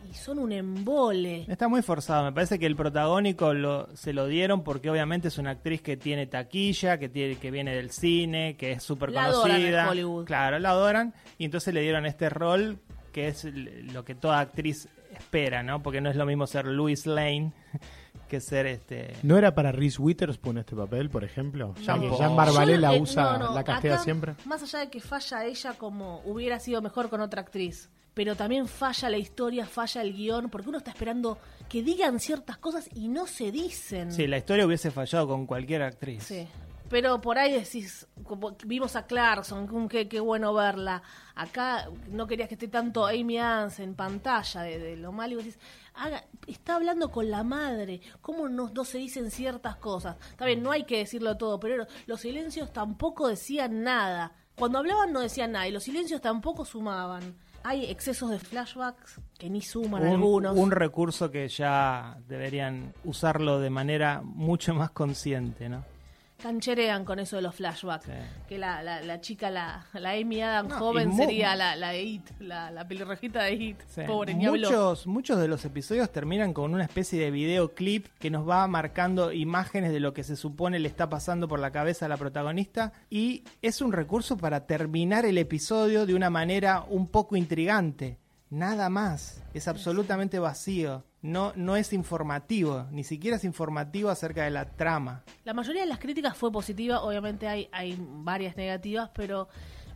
Speaker 2: y son un embole.
Speaker 3: Está muy forzado, me parece que el protagónico lo- se lo dieron porque obviamente es una actriz que tiene taquilla, que tiene que viene del cine, que es súper
Speaker 2: La adoran en
Speaker 3: conocida.
Speaker 2: Hollywood.
Speaker 3: Claro, la adoran y entonces le dieron este rol que es l- lo que toda actriz espera, ¿no? Porque no es lo mismo ser Louis Lane que ser este
Speaker 5: ¿No era para Reese Witherspoon este papel, por ejemplo? Ya que
Speaker 3: No.
Speaker 5: Jean Barbalela
Speaker 2: Yo, eh,
Speaker 5: usa,
Speaker 2: no, no,
Speaker 5: la castea
Speaker 2: acá,
Speaker 5: siempre.
Speaker 2: Más allá de que falla ella como hubiera sido mejor con otra actriz, pero también falla la historia, falla el guión, porque uno está esperando que digan ciertas cosas y no se dicen.
Speaker 3: Sí, la historia hubiese fallado con cualquier actriz.
Speaker 2: Sí. Pero por ahí decís, como vimos a Clarkson, que un- qué, qué bueno verla. Acá no querías que esté tanto Amy Adams en pantalla de, de lo malo. Y vos decís, haga, está hablando con la madre. ¿Cómo no, no se dicen ciertas cosas? Está bien, no hay que decirlo todo, pero los silencios tampoco decían nada. Cuando hablaban no decían nada y los silencios tampoco sumaban. Hay excesos de flashbacks que ni suman
Speaker 3: Un,
Speaker 2: algunos.
Speaker 3: un recurso que ya deberían usarlo de manera mucho más consciente, ¿no?
Speaker 2: cancherean con eso de los flashbacks.
Speaker 3: Sí.
Speaker 2: Que la, la, la chica, la, la Amy Adam
Speaker 3: No, y
Speaker 2: joven,
Speaker 3: mu-
Speaker 2: sería la, la de It, la, la pelirrojita de It.
Speaker 3: Sí.
Speaker 2: Pobre, ni habló.
Speaker 3: muchos, muchos de los episodios terminan con una especie de videoclip que nos va marcando imágenes de lo que se supone le está pasando por la cabeza a la protagonista y es un recurso para terminar el episodio de una manera un poco intrigante. Nada más, es absolutamente vacío, no, no es informativo, ni siquiera es informativo acerca de la trama.
Speaker 2: La mayoría de las críticas fue positiva, obviamente hay, hay varias negativas, pero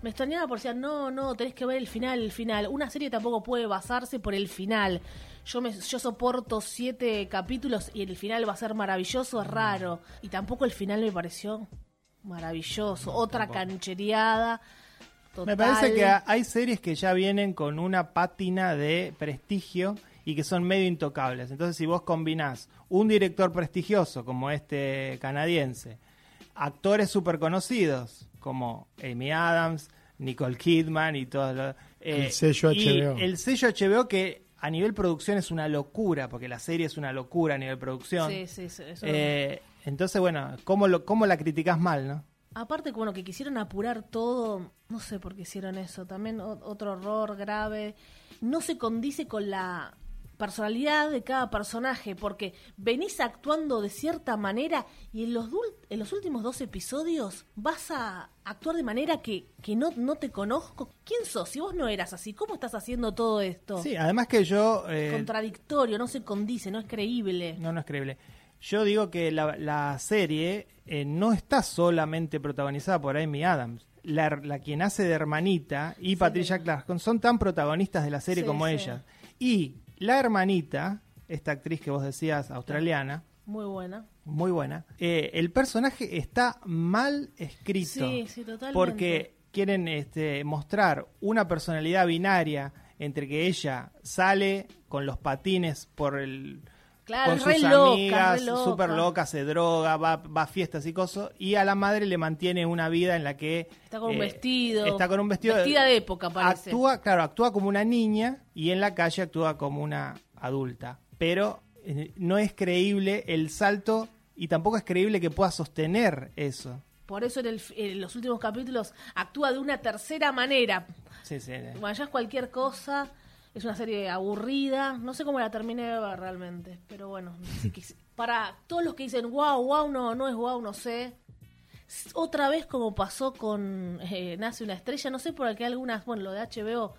Speaker 2: me extrañaba por decir, no, no, tenés que ver el final, el final. Una serie tampoco puede basarse por el final. Yo, me, yo soporto siete capítulos y el final va a ser maravilloso,
Speaker 3: Mm.
Speaker 2: es raro. Y tampoco el final me pareció maravilloso. Otra canchereada.
Speaker 3: Me parece
Speaker 2: total.
Speaker 3: que ha- hay series que ya vienen con una pátina de prestigio y que son medio intocables. Entonces, si vos combinás un director prestigioso como este canadiense, actores súper conocidos como Amy Adams, Nicole Kidman y todos los...
Speaker 5: El sello
Speaker 3: y
Speaker 5: HBO.
Speaker 3: El sello HBO que a nivel producción es una locura, porque la serie es una locura a nivel producción.
Speaker 2: Sí, sí, sí, eso-
Speaker 3: Eh, entonces, bueno, ¿cómo, lo, ¿cómo la criticás mal, no?
Speaker 2: Aparte, bueno, que quisieron apurar todo, no sé por qué hicieron eso, también o- otro error grave. No se condice con la personalidad de cada personaje, porque venís actuando de cierta manera y en los, dul- en los últimos dos episodios vas a actuar de manera que, que no, no te conozco. ¿Quién sos? Si vos no eras así, ¿cómo estás haciendo todo esto?
Speaker 3: Sí, además que yo... eh,
Speaker 2: Contradictorio, no se condice, no es creíble.
Speaker 3: No, no es creíble. Yo digo que la, la serie eh, no está solamente protagonizada por Amy Adams. La, her- la quien hace de hermanita y Patricia Clarkson son tan protagonistas de la serie
Speaker 2: Sí,
Speaker 3: como
Speaker 2: sí.
Speaker 3: ellas. Y la hermanita, esta actriz que vos decías, australiana,
Speaker 2: Muy buena.
Speaker 3: muy buena, eh, el personaje está mal escrito.
Speaker 2: Sí, sí, totalmente.
Speaker 3: Porque quieren este, mostrar una personalidad binaria entre que ella sale con los patines por el
Speaker 2: Claro,
Speaker 3: con
Speaker 2: es
Speaker 3: sus
Speaker 2: re loca,
Speaker 3: amigas,
Speaker 2: re loca.
Speaker 3: súper loca, se droga, va, va a fiestas y cosas, y a la madre le mantiene una vida en la que...
Speaker 2: Está con un vestido.
Speaker 3: Eh, Está con un vestido.
Speaker 2: Vestida de época, parece.
Speaker 3: Actúa, claro, actúa como una niña y en la calle actúa como una adulta. Pero eh, no es creíble el salto y tampoco es creíble que pueda sostener eso.
Speaker 2: Por eso en, el fi- en los últimos capítulos actúa de una tercera manera.
Speaker 3: Sí, sí. eh.
Speaker 2: Bueno, ya es cualquier cosa. Es una serie aburrida. No sé cómo la terminé de ver realmente. Pero bueno, sí que- para todos los que dicen wow, wow, no, no es wow, no sé. S- Otra vez como pasó con eh, Nace una estrella, no sé por qué algunas, bueno, lo de HBO,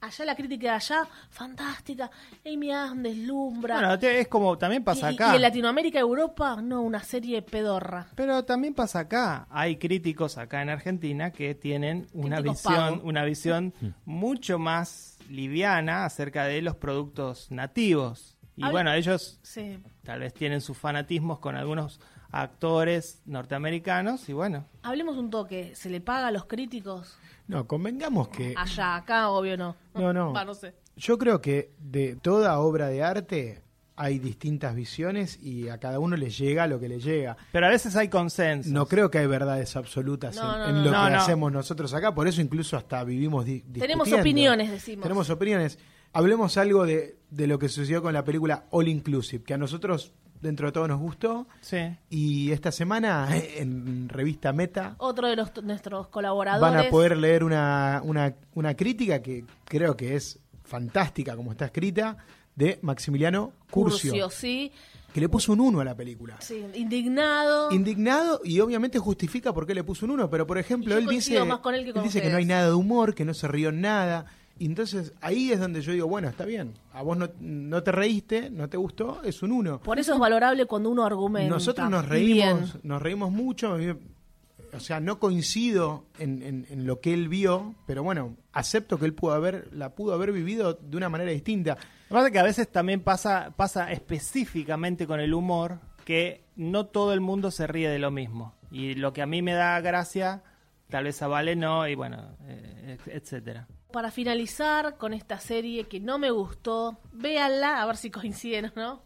Speaker 2: allá la crítica de allá, fantástica, Amy Adams deslumbra.
Speaker 3: Bueno, te- es como también pasa
Speaker 2: Y- y-
Speaker 3: acá.
Speaker 2: Y en Latinoamérica, Europa, no, una serie pedorra.
Speaker 3: Pero también pasa acá. Hay críticos acá en Argentina que tienen una
Speaker 2: Críticos
Speaker 3: visión,
Speaker 2: pagos.
Speaker 3: una visión mucho más liviana acerca de los productos nativos. Y
Speaker 2: Habla-
Speaker 3: bueno, ellos
Speaker 2: Sí.
Speaker 3: tal vez tienen sus fanatismos con algunos actores norteamericanos y bueno,
Speaker 2: Hablemos un toque, ¿se le paga a los críticos?
Speaker 1: No, convengamos
Speaker 3: Eh,
Speaker 1: que
Speaker 2: Allá, acá, obvio no.
Speaker 1: No, no.
Speaker 2: Va, no sé.
Speaker 1: yo creo que de toda obra de arte hay distintas visiones y a cada uno le llega lo que le llega.
Speaker 3: pero a veces hay consenso.
Speaker 1: No creo que hay verdades absolutas
Speaker 2: No,
Speaker 1: en,
Speaker 2: no,
Speaker 1: en
Speaker 2: no,
Speaker 1: lo
Speaker 3: no.
Speaker 1: que
Speaker 3: No, no.
Speaker 1: hacemos nosotros acá, por eso incluso hasta vivimos di-
Speaker 2: Tenemos
Speaker 1: discutiendo.
Speaker 2: opiniones, decimos.
Speaker 1: Tenemos opiniones. Hablemos algo de, de lo que sucedió con la película All Inclusive, que a nosotros dentro de todo nos gustó
Speaker 3: Sí.
Speaker 1: y esta semana en revista Meta
Speaker 2: Otro de los- nuestros colaboradores.
Speaker 1: van a poder leer una, una, una crítica que creo que es fantástica como está escrita, de Maximiliano Curcio,
Speaker 2: Curcio, sí.
Speaker 1: que le puso un 1 a la película.
Speaker 2: Sí, indignado.
Speaker 1: Indignado y obviamente justifica por qué le puso un 1, pero por ejemplo
Speaker 2: Y yo
Speaker 1: él
Speaker 2: coincido
Speaker 1: dice,
Speaker 2: más con él que con
Speaker 1: él dice que
Speaker 2: ustedes.
Speaker 1: no hay nada de humor, que no se rió en nada. Y entonces ahí es donde yo digo, bueno, está bien, a vos no, no te reíste, no te gustó, es un 1.
Speaker 2: Por eso es valorable cuando uno argumenta.
Speaker 1: Nosotros nos
Speaker 2: Y
Speaker 1: reímos,
Speaker 2: bien.
Speaker 1: nos reímos mucho. a mí me- O sea, no coincido en, en- en lo que él vio, pero bueno, acepto que él pudo haber, la pudo haber vivido de una manera distinta.
Speaker 3: Lo que pasa es que a veces también pasa, pasa específicamente con el humor que no todo el mundo se ríe de lo mismo. Y lo que a mí me da gracia, tal vez a Vale no, y bueno, eh, et- etcétera.
Speaker 2: Para finalizar con esta serie que no me gustó, véanla, a ver si coinciden o no.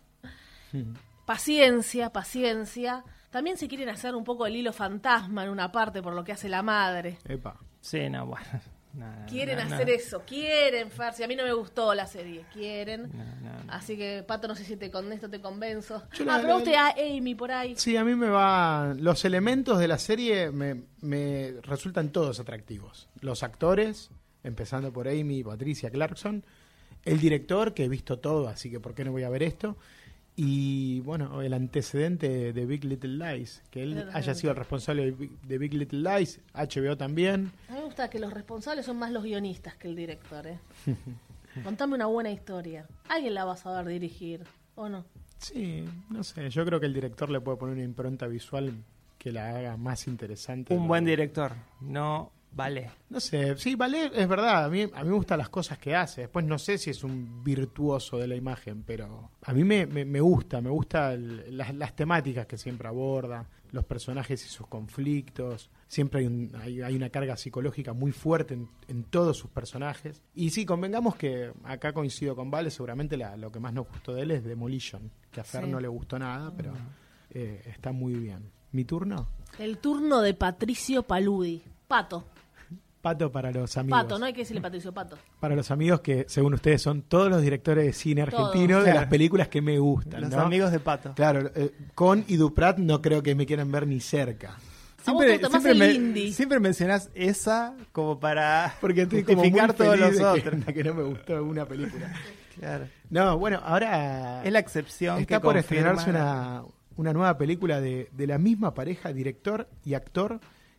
Speaker 2: Paciencia, paciencia. También se quieren hacer un poco el hilo fantasma en una parte por lo que hace la madre.
Speaker 1: Epa.
Speaker 3: Sí, no, bueno. no,
Speaker 2: Quieren
Speaker 3: no, no.
Speaker 2: hacer eso, quieren, Farsi. A mí no me gustó la serie, quieren.
Speaker 3: No, no, no.
Speaker 2: Así que, Pato, no sé si te con esto te convenzo.
Speaker 1: Yo la-
Speaker 2: ah, pero
Speaker 1: la-
Speaker 2: usted a Amy por ahí.
Speaker 1: Sí, a mí me va. Los elementos de la serie me, me resultan todos atractivos. Los actores, empezando por Amy y Patricia Clarkson. El director, que he visto todo, así que ¿por qué no voy a ver esto? Y bueno, el antecedente de Big Little Lies, que él
Speaker 2: Claramente.
Speaker 1: haya sido el responsable de Big- de Big Little Lies, HBO también.
Speaker 2: A mí me gusta que los responsables son más los guionistas que el director, ¿eh? Contame una buena historia. Alguien la va a saber dirigir, ¿o no?
Speaker 1: Sí, no sé, yo creo que el director le puede poner una impronta visual que la haga más interesante.
Speaker 3: Un
Speaker 1: Lo-
Speaker 3: buen director, no vale.
Speaker 1: No sé, sí, vale, es verdad. A mí, a mí me gustan las cosas que hace. Después no sé si es un virtuoso de la imagen, pero a mí me, me- me gusta, me gustan las, las temáticas que siempre aborda, los personajes y sus conflictos. Siempre hay, un- hay- hay una carga psicológica muy fuerte en, en todos sus personajes. Y sí, convengamos que acá coincido con Vale, seguramente la- lo que más nos gustó de él es Demolition, que a Fer
Speaker 2: Sí.
Speaker 1: no le gustó nada, pero eh, está muy bien. ¿Mi turno?
Speaker 2: El turno de Patricio Paludi. Pato.
Speaker 1: Pato para los amigos.
Speaker 2: Pato, no hay que decirle Patricio, Pato.
Speaker 1: Para los amigos que, según ustedes, son todos los directores de cine
Speaker 2: Todos.
Speaker 1: argentino de
Speaker 3: Claro.
Speaker 1: las películas que me gustan.
Speaker 3: Los
Speaker 1: ¿no?
Speaker 3: amigos de Pato.
Speaker 1: Claro, eh, con y Duprat no creo que me quieran ver ni cerca.
Speaker 2: te gusta más el
Speaker 3: me-
Speaker 2: indie.
Speaker 3: siempre mencionás esa como para
Speaker 1: Porque estoy como muy
Speaker 3: justificar todos
Speaker 1: feliz
Speaker 3: los
Speaker 1: de que-
Speaker 3: otros.
Speaker 1: de que no me gustó una película.
Speaker 3: Claro.
Speaker 1: No, bueno,
Speaker 2: Ah.
Speaker 1: ahora
Speaker 3: Es la excepción
Speaker 1: está
Speaker 3: que
Speaker 1: por
Speaker 3: confirma-
Speaker 1: estrenarse una, una nueva película de, de la misma pareja, director y actor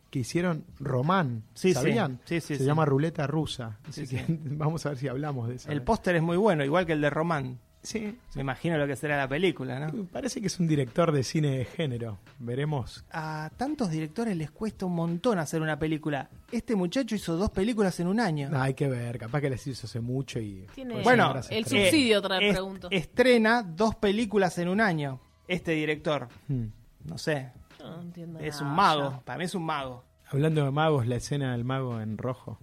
Speaker 1: que hicieron Román.
Speaker 3: Sí, sí.
Speaker 1: ¿Sabían?
Speaker 3: Sí, sí,
Speaker 1: Se
Speaker 3: sí.
Speaker 1: llama Ruleta Rusa. Así
Speaker 3: Sí,
Speaker 1: que
Speaker 3: sí.
Speaker 1: vamos a ver si hablamos de eso.
Speaker 3: El póster es muy bueno, igual que el de Román.
Speaker 1: Sí,
Speaker 3: Me imagino lo que será la película, ¿no?
Speaker 1: Parece que es un director de cine de género. Veremos.
Speaker 3: A tantos directores les cuesta un montón hacer una película. Este muchacho hizo dos películas en un año.
Speaker 1: No, hay que ver, capaz que les hizo hace mucho y.
Speaker 2: Tiene-
Speaker 1: por eso
Speaker 3: Bueno,
Speaker 1: ahora se
Speaker 2: Eh, el
Speaker 1: estrena.
Speaker 2: subsidio otra vez
Speaker 3: es-
Speaker 2: pregunto.
Speaker 3: Estrena dos películas en un año. Este director,
Speaker 1: Hmm.
Speaker 3: no sé,
Speaker 2: Yo no entiendo
Speaker 3: es
Speaker 2: nada,
Speaker 3: un mago.
Speaker 2: ya.
Speaker 3: Para mí es un mago.
Speaker 1: Hablando de magos, la escena del mago en rojo.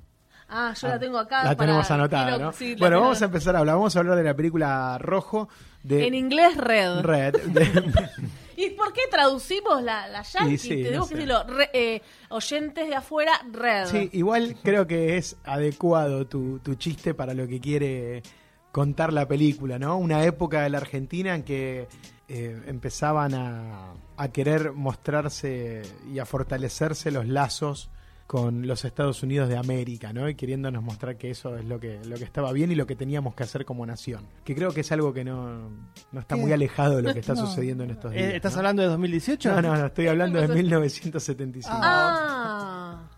Speaker 2: Ah, yo la tengo acá.
Speaker 1: La
Speaker 2: para-
Speaker 1: tenemos anotada,
Speaker 2: quiero-
Speaker 1: ¿no?
Speaker 2: sí, la
Speaker 1: bueno,
Speaker 2: quiero-
Speaker 1: vamos a empezar a hablar. Vamos a hablar de la película Rojo de
Speaker 2: En inglés, red.
Speaker 1: Red. de-
Speaker 2: ¿Y por qué traducimos la, la yankee?
Speaker 1: Y sí, no
Speaker 2: Tenemos
Speaker 1: sé.
Speaker 2: que decirlo. re- eh, oyentes de afuera, red.
Speaker 1: sí, igual creo que es adecuado tu, tu chiste para lo que quiere contar la película, ¿no? Una época de la Argentina en que eh, empezaban a, a querer mostrarse y a fortalecerse los lazos con los Estados Unidos de América, ¿no? Y queriéndonos mostrar que eso es lo que, lo que estaba bien y lo que teníamos que hacer como nación. Que creo que es algo que no, no está muy alejado de lo que está
Speaker 3: No.
Speaker 1: sucediendo en estos días.
Speaker 3: Eh, ¿Estás
Speaker 1: ¿no?
Speaker 3: hablando de 2018?
Speaker 1: No, no, no, estoy hablando de
Speaker 2: pasó?
Speaker 1: 1975.
Speaker 2: Ah.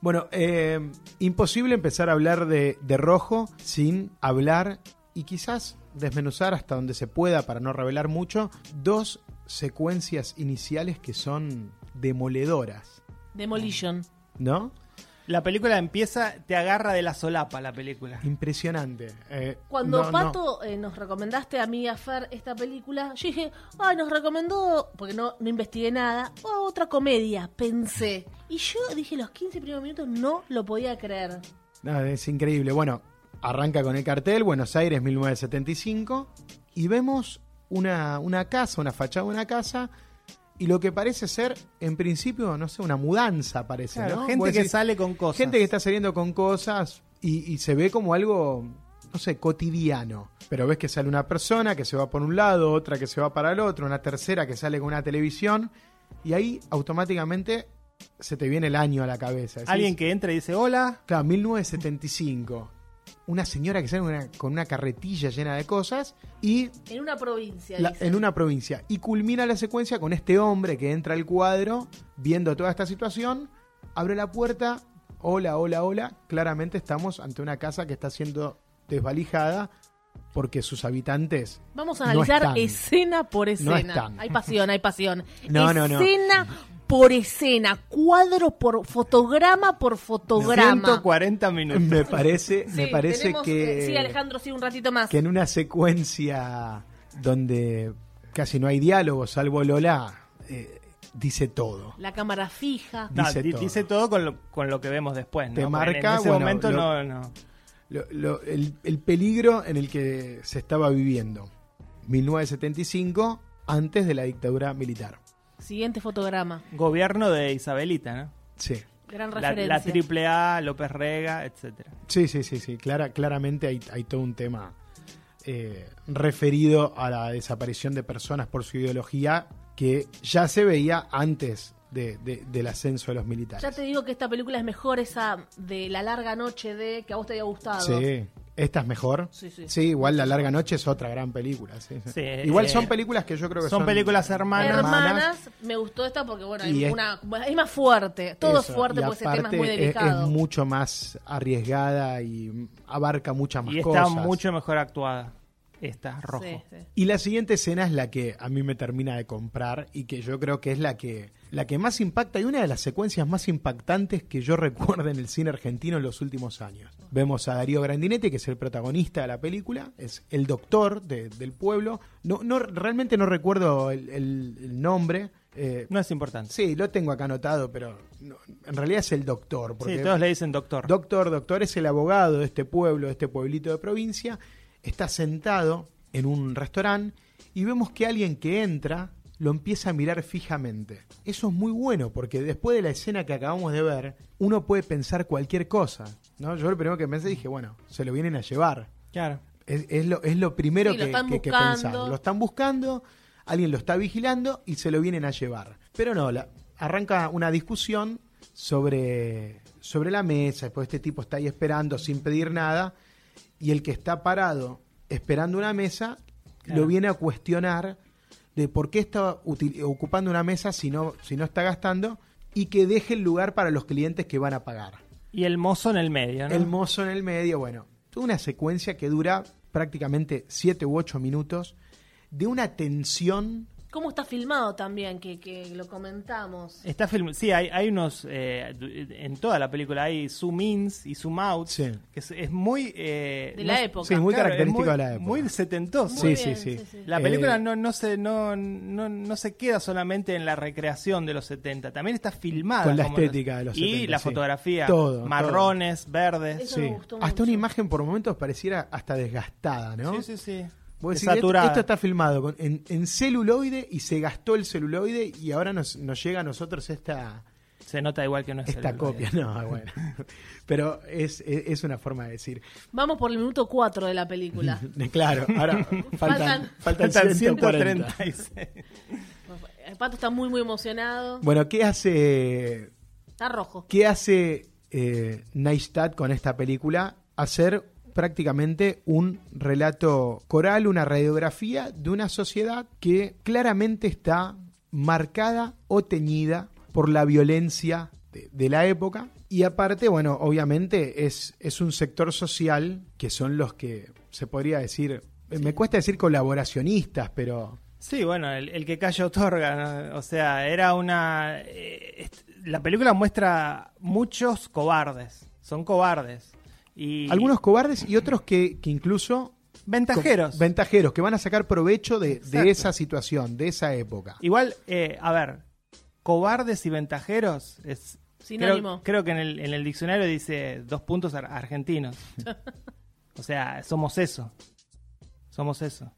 Speaker 1: Bueno, eh, imposible empezar a hablar de, de rojo sin hablar y quizás desmenuzar hasta donde se pueda para no revelar mucho dos secuencias iniciales que son demoledoras,
Speaker 2: Demolition.
Speaker 1: ¿no?
Speaker 3: La película empieza, te agarra de la solapa la película.
Speaker 1: Impresionante. Eh,
Speaker 2: Cuando
Speaker 1: no, no.
Speaker 2: Pato eh, nos recomendaste a mí y a Fer esta película, yo dije, ay, nos recomendó, porque no, no investigué nada, "Ah, otra comedia, pensé. Y yo dije, los 15 primeros minutos no lo podía creer.
Speaker 1: No, es increíble. Bueno, arranca con el cartel, Buenos Aires 1975, y vemos una, una casa, una fachada de una casa, y lo que parece ser, en principio, no sé, una mudanza parece,
Speaker 3: Claro,
Speaker 1: ¿no?
Speaker 3: gente
Speaker 1: Vos
Speaker 3: que
Speaker 1: decís,
Speaker 3: sale con cosas.
Speaker 1: Gente que está saliendo con cosas y, y se ve como algo, no sé, cotidiano. Pero ves que sale una persona que se va por un lado, otra que se va para el otro, una tercera que sale con una televisión, y ahí automáticamente se te viene el año a la cabeza. Decís,
Speaker 3: Alguien que entra y dice hola.
Speaker 1: Claro, 1975. Una señora que sale con una- con una carretilla llena de cosas y
Speaker 2: En una provincia.
Speaker 1: la-
Speaker 2: dice.
Speaker 1: en una provincia. Y culmina la secuencia con este hombre que entra al cuadro, viendo toda esta situación, abre la puerta, hola, hola, hola. Claramente estamos ante una casa que está siendo desvalijada porque sus habitantes...
Speaker 2: Vamos a
Speaker 1: no
Speaker 2: analizar
Speaker 1: están.
Speaker 2: escena por escena.
Speaker 1: están.
Speaker 2: hay pasión, hay pasión.
Speaker 1: No, no, no.
Speaker 2: escena por escena, cuadro por fotograma por fotograma.
Speaker 3: 140 minutos.
Speaker 1: Me parece, me
Speaker 2: Sí,
Speaker 1: parece
Speaker 2: tenemos,
Speaker 1: que...
Speaker 2: eh, Sí, Alejandro, sí, un ratito más.
Speaker 1: que en una secuencia donde casi no hay diálogo, salvo Lola, eh, dice todo.
Speaker 2: La cámara fija.
Speaker 3: No,
Speaker 1: dice
Speaker 3: di-
Speaker 1: todo.
Speaker 3: dice todo con lo, con lo que vemos después. ¿no?
Speaker 1: Te
Speaker 3: Porque
Speaker 1: marca,
Speaker 3: En ese
Speaker 1: bueno,
Speaker 3: momento
Speaker 1: lo-
Speaker 3: no, no.
Speaker 1: Lo- lo- el, el peligro en el que se estaba viviendo. 1975, antes de la dictadura militar.
Speaker 2: Siguiente fotograma.
Speaker 3: Gobierno de Isabelita, ¿no?
Speaker 1: Sí,
Speaker 2: Gran
Speaker 3: La,
Speaker 2: referencia.
Speaker 3: la triple A, López Rega, etcétera.
Speaker 1: sí, sí, sí. sí. Clara, claramente hay, hay todo un tema eh, referido a la desaparición de personas por su ideología que ya se veía antes de- de- del ascenso de los militares.
Speaker 2: Ya te digo que esta película es mejor esa de La larga noche de que a vos te había gustado.
Speaker 1: Sí, esta es mejor.
Speaker 2: Sí, sí.
Speaker 1: igual La Larga Noche es otra gran película. sí, sí.
Speaker 3: Sí,
Speaker 1: igual
Speaker 3: eh,
Speaker 1: son películas que yo creo que son.
Speaker 3: son películas hermanas.
Speaker 2: Hermanas, me gustó esta porque bueno,
Speaker 1: Y
Speaker 2: es,
Speaker 1: es-
Speaker 2: una, es más fuerte, todo
Speaker 1: Eso,
Speaker 2: es fuerte
Speaker 1: y
Speaker 2: porque ese tema es
Speaker 1: aparte
Speaker 2: muy delicado.
Speaker 1: Es, mucho más arriesgada y abarca muchas más
Speaker 3: Y está
Speaker 1: cosas.
Speaker 3: mucho mejor actuada. Esta, rojo.
Speaker 2: Sí, sí.
Speaker 1: Y la siguiente escena es la que a mí me termina de comprar y que yo creo que es la que, la que más impacta y una de las secuencias más impactantes que yo recuerdo en el cine argentino en los últimos años. Vemos a Darío Grandinetti, que es el protagonista de la película, es el doctor de- del pueblo. No, no, realmente no recuerdo el, el- el nombre. eh,
Speaker 3: No es importante.
Speaker 1: sí, lo tengo acá anotado, pero no, en realidad es el doctor. Porque
Speaker 3: Sí, todos le dicen doctor.
Speaker 1: Doctor, doctor es el abogado de este pueblo, de este pueblito de provincia. Está sentado en un restaurante y vemos que alguien que entra lo empieza a mirar fijamente. Eso es muy bueno porque después de la escena que acabamos de ver, uno puede pensar cualquier cosa. ¿no? Yo lo primero que pensé dije, bueno, se lo vienen a llevar.
Speaker 3: claro.
Speaker 1: Es, es lo, es lo primero
Speaker 2: Sí,
Speaker 1: que,
Speaker 2: lo están
Speaker 1: que- que
Speaker 2: buscando.
Speaker 1: pensar. Lo están buscando, alguien lo está vigilando y se lo vienen a llevar. Pero no, la- arranca una discusión sobre, sobre la mesa, después este tipo está ahí esperando sin pedir nada, y el que está parado esperando una mesa lo
Speaker 3: Claro.
Speaker 1: viene a cuestionar de por qué está util- ocupando una mesa si no, si no está gastando y que deje el lugar para los clientes que van a pagar.
Speaker 3: Y el mozo en el medio, ¿no?
Speaker 1: El mozo en el medio, bueno, toda una secuencia que dura prácticamente siete u ocho minutos de una tensión
Speaker 2: cómo está filmado también, que, que lo comentamos.
Speaker 3: Está film sí, hay, hay unos. eh, du- en toda la película hay zoom ins y zoom outs.
Speaker 1: Sí.
Speaker 3: Que es, es muy. eh,
Speaker 2: De la época.
Speaker 1: sí, muy
Speaker 3: claro, es
Speaker 1: característico
Speaker 3: muy-
Speaker 1: de la época.
Speaker 3: Muy setentoso.
Speaker 1: Sí,
Speaker 2: Muy
Speaker 1: sí,
Speaker 2: bien,
Speaker 1: sí.
Speaker 2: sí, sí.
Speaker 3: La
Speaker 1: Eh,
Speaker 3: película no, no, se, no, no, no se queda solamente en la recreación de los 70, también está filmada.
Speaker 1: Con la
Speaker 3: como en
Speaker 1: estética de los
Speaker 3: Y
Speaker 1: 70,
Speaker 3: la
Speaker 1: sí.
Speaker 3: fotografía,
Speaker 1: Todo, todo.
Speaker 3: marrones, verdes.
Speaker 2: Eso me gustó
Speaker 1: Hasta
Speaker 2: mucho.
Speaker 1: una imagen por momentos pareciera hasta desgastada, ¿no?
Speaker 3: Sí, sí, sí.
Speaker 1: Vos decís, esto,
Speaker 3: Saturada.
Speaker 1: esto está filmado con- en, en celuloide y se gastó el celuloide y ahora nos, nos llega a nosotros esta,
Speaker 3: Se nota igual que no es
Speaker 1: esta
Speaker 3: celuloide.
Speaker 1: copia. No, bueno. Pero es, es, es una forma de decir.
Speaker 2: Vamos por el minuto 4 de la película.
Speaker 1: Claro, ahora faltan,
Speaker 2: Faltan-
Speaker 1: faltan,
Speaker 3: Faltan
Speaker 1: 140.
Speaker 3: 136.
Speaker 2: El pato está muy, muy emocionado.
Speaker 1: Bueno, ¿qué hace
Speaker 2: Está rojo.
Speaker 1: ¿Qué hace eh, Neistat con esta película? Hacer prácticamente un relato coral, una radiografía de una sociedad que claramente está marcada o teñida por la violencia de, de la época. Y aparte, bueno, obviamente es, es un sector social que son los que se podría decir, me cuesta decir colaboracionistas, pero
Speaker 3: Sí, bueno, el, el que calla otorga. ¿no? O sea, era una. eh, est- la película muestra muchos cobardes. Son cobardes. Y
Speaker 1: algunos cobardes y otros que, que incluso
Speaker 3: Ventajeros.
Speaker 1: Con- Ventajeros, que van a sacar provecho de, de
Speaker 3: Exacto.
Speaker 1: esa situación, de esa época.
Speaker 3: Igual, eh, a ver, cobardes y ventajeros es.
Speaker 2: Sinónimo.
Speaker 3: Creo, creo que en el, en el diccionario dice dos puntos ar- argentinos. o sea, somos eso. Somos eso.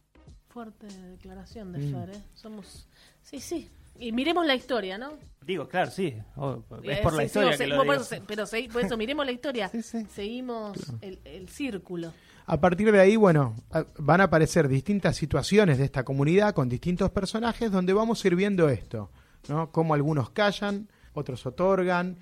Speaker 2: Fuerte declaración de Fer, ¿eh? Somos. Sí, sí. Y miremos la historia, ¿no?
Speaker 3: Digo, claro, sí. o- es
Speaker 2: Eh,
Speaker 3: por la
Speaker 2: sí,
Speaker 3: historia
Speaker 2: sí,
Speaker 3: que
Speaker 2: sí,
Speaker 3: lo
Speaker 2: por
Speaker 3: digo.
Speaker 2: eso, se- pero segui- por eso, miremos la historia.
Speaker 3: Sí, sí.
Speaker 2: Seguimos el, el círculo.
Speaker 1: A partir de ahí, bueno, a- van a aparecer distintas situaciones de esta comunidad con distintos personajes donde vamos a ir viendo esto, ¿no? Cómo algunos callan, otros otorgan,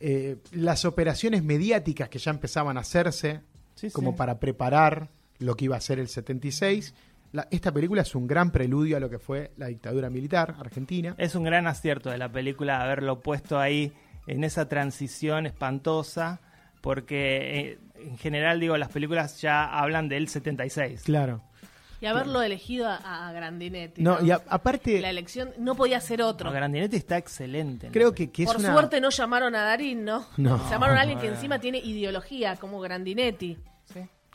Speaker 1: eh, las operaciones mediáticas que ya empezaban a hacerse
Speaker 3: Sí,
Speaker 1: como
Speaker 3: sí.
Speaker 1: para preparar lo que iba a ser el 76. La- esta película es un gran preludio a lo que fue la dictadura militar argentina.
Speaker 3: Es un gran acierto de la película haberlo puesto ahí en esa transición espantosa, porque eh, en general, digo, las películas ya hablan del 76.
Speaker 1: Claro.
Speaker 2: Y haberlo elegido a, a Grandinetti.
Speaker 1: No,
Speaker 2: ¿no?
Speaker 1: y a- aparte,
Speaker 2: La elección no podía ser otro.
Speaker 3: No, Grandinetti está excelente. en la
Speaker 1: creo que, que es
Speaker 2: Por
Speaker 1: una...
Speaker 2: suerte no llamaron a Darín, ¿no?
Speaker 1: No.
Speaker 2: Llamaron a alguien que encima tiene ideología, como Grandinetti.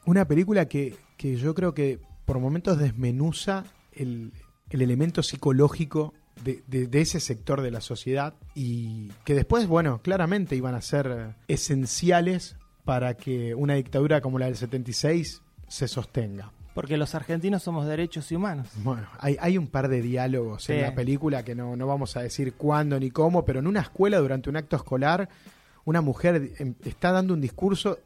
Speaker 1: Una película que, que yo creo que por momentos desmenuza el, el elemento psicológico de, de- de ese sector de la sociedad y que después, bueno, claramente iban a ser esenciales para que una dictadura como la del 76 se sostenga.
Speaker 3: Porque los argentinos somos derechos y humanos.
Speaker 1: Bueno, hay, hay un par de diálogos en
Speaker 3: Sí.
Speaker 1: la película que no, no vamos a decir cuándo ni cómo, pero en una escuela durante un acto escolar, una mujer em, está dando un discurso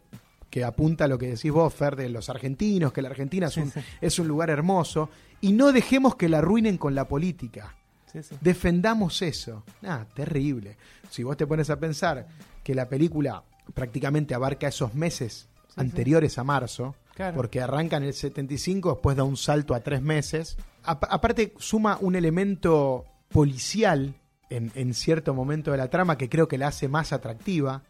Speaker 1: que apunta a lo que decís vos, Fer, de los argentinos, que la Argentina es un, es un lugar hermoso, y no dejemos que la arruinen con la política.
Speaker 3: Sí, sí.
Speaker 1: Defendamos eso. Ah, terrible. Si vos te pones a pensar que la película prácticamente abarca esos meses anteriores a marzo,
Speaker 3: Claro.
Speaker 1: porque arranca en el 75, después da un salto a tres meses. Apa- aparte, suma un elemento policial en, en cierto momento de la trama que creo que la hace más atractiva,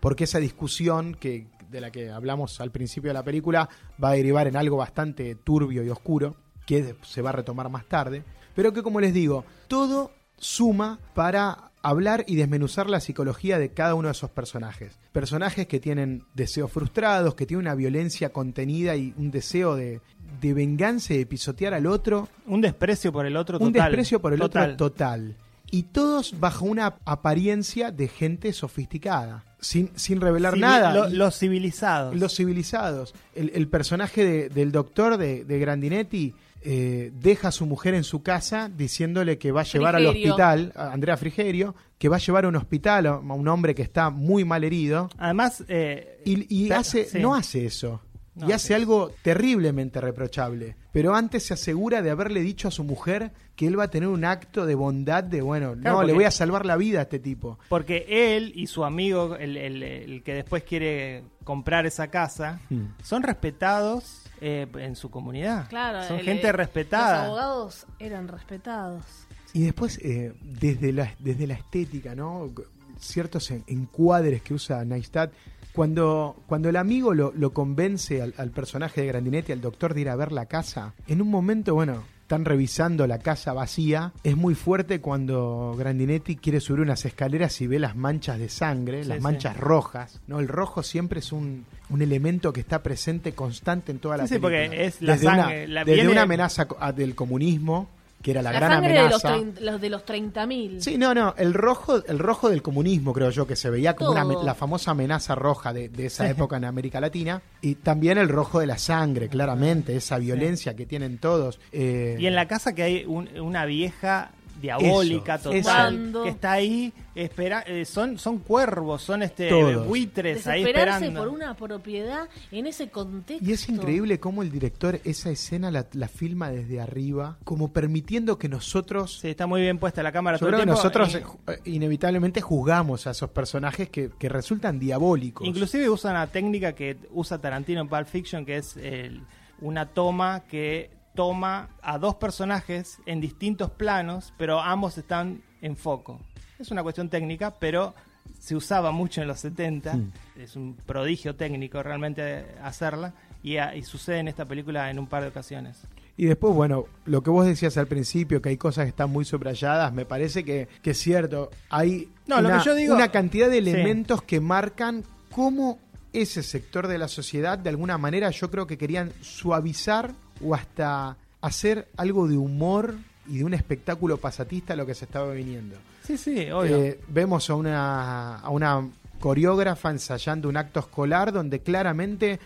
Speaker 1: porque esa discusión que, de la que hablamos al principio de la película va a derivar en algo bastante turbio y oscuro, que se va a retomar más tarde, pero que como les digo, todo suma para hablar y desmenuzar la psicología de cada uno de esos personajes. Personajes que tienen deseos frustrados, que tienen una violencia contenida y un deseo de, de venganza y de pisotear al otro,
Speaker 3: Un desprecio por el otro
Speaker 1: un
Speaker 3: total.
Speaker 1: desprecio por el
Speaker 3: Total.
Speaker 1: otro total. Y todos bajo una apariencia de gente sofisticada, sin, sin revelar
Speaker 3: Civil-
Speaker 1: nada.
Speaker 3: lo-
Speaker 1: Y-
Speaker 3: los civilizados.
Speaker 1: los civilizados. El, el personaje de- del doctor de, de Grandinetti eh, deja a su mujer en su casa diciéndole que va a llevar
Speaker 2: Frigerio.
Speaker 1: al hospital, a Andrea Frigerio, que va a llevar a un hospital a un hombre que está muy mal herido.
Speaker 3: Además, eh,
Speaker 1: Y, y
Speaker 3: pero-
Speaker 1: hace,
Speaker 3: sí.
Speaker 1: no hace eso.
Speaker 3: No
Speaker 1: y
Speaker 3: hace
Speaker 1: hace
Speaker 3: eso.
Speaker 1: algo terriblemente reprochable. Pero antes se asegura de haberle dicho a su mujer que él va a tener un acto de bondad de, bueno,
Speaker 3: Claro,
Speaker 1: no, le
Speaker 3: porque-
Speaker 1: voy a salvar la vida a este tipo.
Speaker 3: Porque él y su amigo, el, el- el que después quiere comprar esa casa,
Speaker 1: Hmm.
Speaker 3: son respetados eh, en su comunidad.
Speaker 2: Claro,
Speaker 3: son
Speaker 2: el-
Speaker 3: gente
Speaker 2: eh, Los
Speaker 3: respetada.
Speaker 2: abogados eran respetados.
Speaker 1: Y después, eh, desde, la, desde la estética, ¿no? Ciertos en- encuadres que usa Neistat, Cuando, cuando el amigo lo, lo convence al, al personaje de Grandinetti, al doctor, de ir a ver la casa, en un momento, bueno, están revisando la casa vacía. Es muy fuerte cuando Grandinetti quiere subir unas escaleras y ve las manchas de sangre,
Speaker 3: Sí,
Speaker 1: las
Speaker 3: sí.
Speaker 1: manchas rojas. ¿no? El rojo siempre es un, un elemento que está presente constante en toda la
Speaker 3: Sí, sí,
Speaker 1: película.
Speaker 3: porque es la
Speaker 1: desde
Speaker 3: sangre,
Speaker 1: Una,
Speaker 3: la-
Speaker 1: desde
Speaker 3: viene-
Speaker 1: una amenaza co- a- del comunismo, que era la,
Speaker 2: La,
Speaker 1: gran
Speaker 2: sangre
Speaker 1: amenaza.
Speaker 2: de los, trein- los de los 30.000.
Speaker 1: Sí, no, no, el rojo, el rojo del comunismo, creo yo, que se veía como una,
Speaker 2: Todo.
Speaker 1: ame- la famosa amenaza roja de, de esa época en América Latina, y también el rojo de la sangre, claramente, esa violencia que tienen todos. eh,
Speaker 3: Y en la casa que hay un- una vieja diabólica
Speaker 1: Eso,
Speaker 3: total
Speaker 2: eso.
Speaker 3: que está ahí espera eh, son son cuervos son este
Speaker 1: Todos.
Speaker 3: buitres ahí
Speaker 2: Desesperarse
Speaker 3: esperando
Speaker 2: por una propiedad en ese contexto.
Speaker 1: Y es increíble cómo el director esa escena la, la filma desde arriba, como permitiendo que nosotros...
Speaker 3: Sí, está muy bien puesta la cámara
Speaker 1: Yo creo
Speaker 3: todo el
Speaker 1: que
Speaker 3: tiempo,
Speaker 1: nosotros
Speaker 3: y-
Speaker 1: eh, ju- eh, inevitablemente juzgamos a esos personajes que, que resultan diabólicos.
Speaker 3: Inclusive usa una técnica que usa Tarantino en Pulp Fiction, que es el- una toma que toma a dos personajes en distintos planos, pero ambos están en foco. Es una cuestión técnica, pero se usaba mucho en los 70.
Speaker 1: Mm.
Speaker 3: Es un prodigio técnico realmente hacerla. Y, a- y sucede en esta película en un par de ocasiones.
Speaker 1: Y después, bueno, lo que vos decías al principio, que hay cosas que están muy subrayadas, me parece que, que es cierto. Hay
Speaker 3: No, lo
Speaker 1: una,
Speaker 3: que yo digo-
Speaker 1: una cantidad de
Speaker 3: Sí.
Speaker 1: elementos que marcan cómo ese sector de la sociedad, de alguna manera, yo creo que querían suavizar o hasta hacer algo de humor y de un espectáculo pasatista a lo que se estaba viniendo.
Speaker 3: Sí, sí, obvio.
Speaker 1: Eh, vemos a una, a una coreógrafa ensayando un acto escolar donde claramente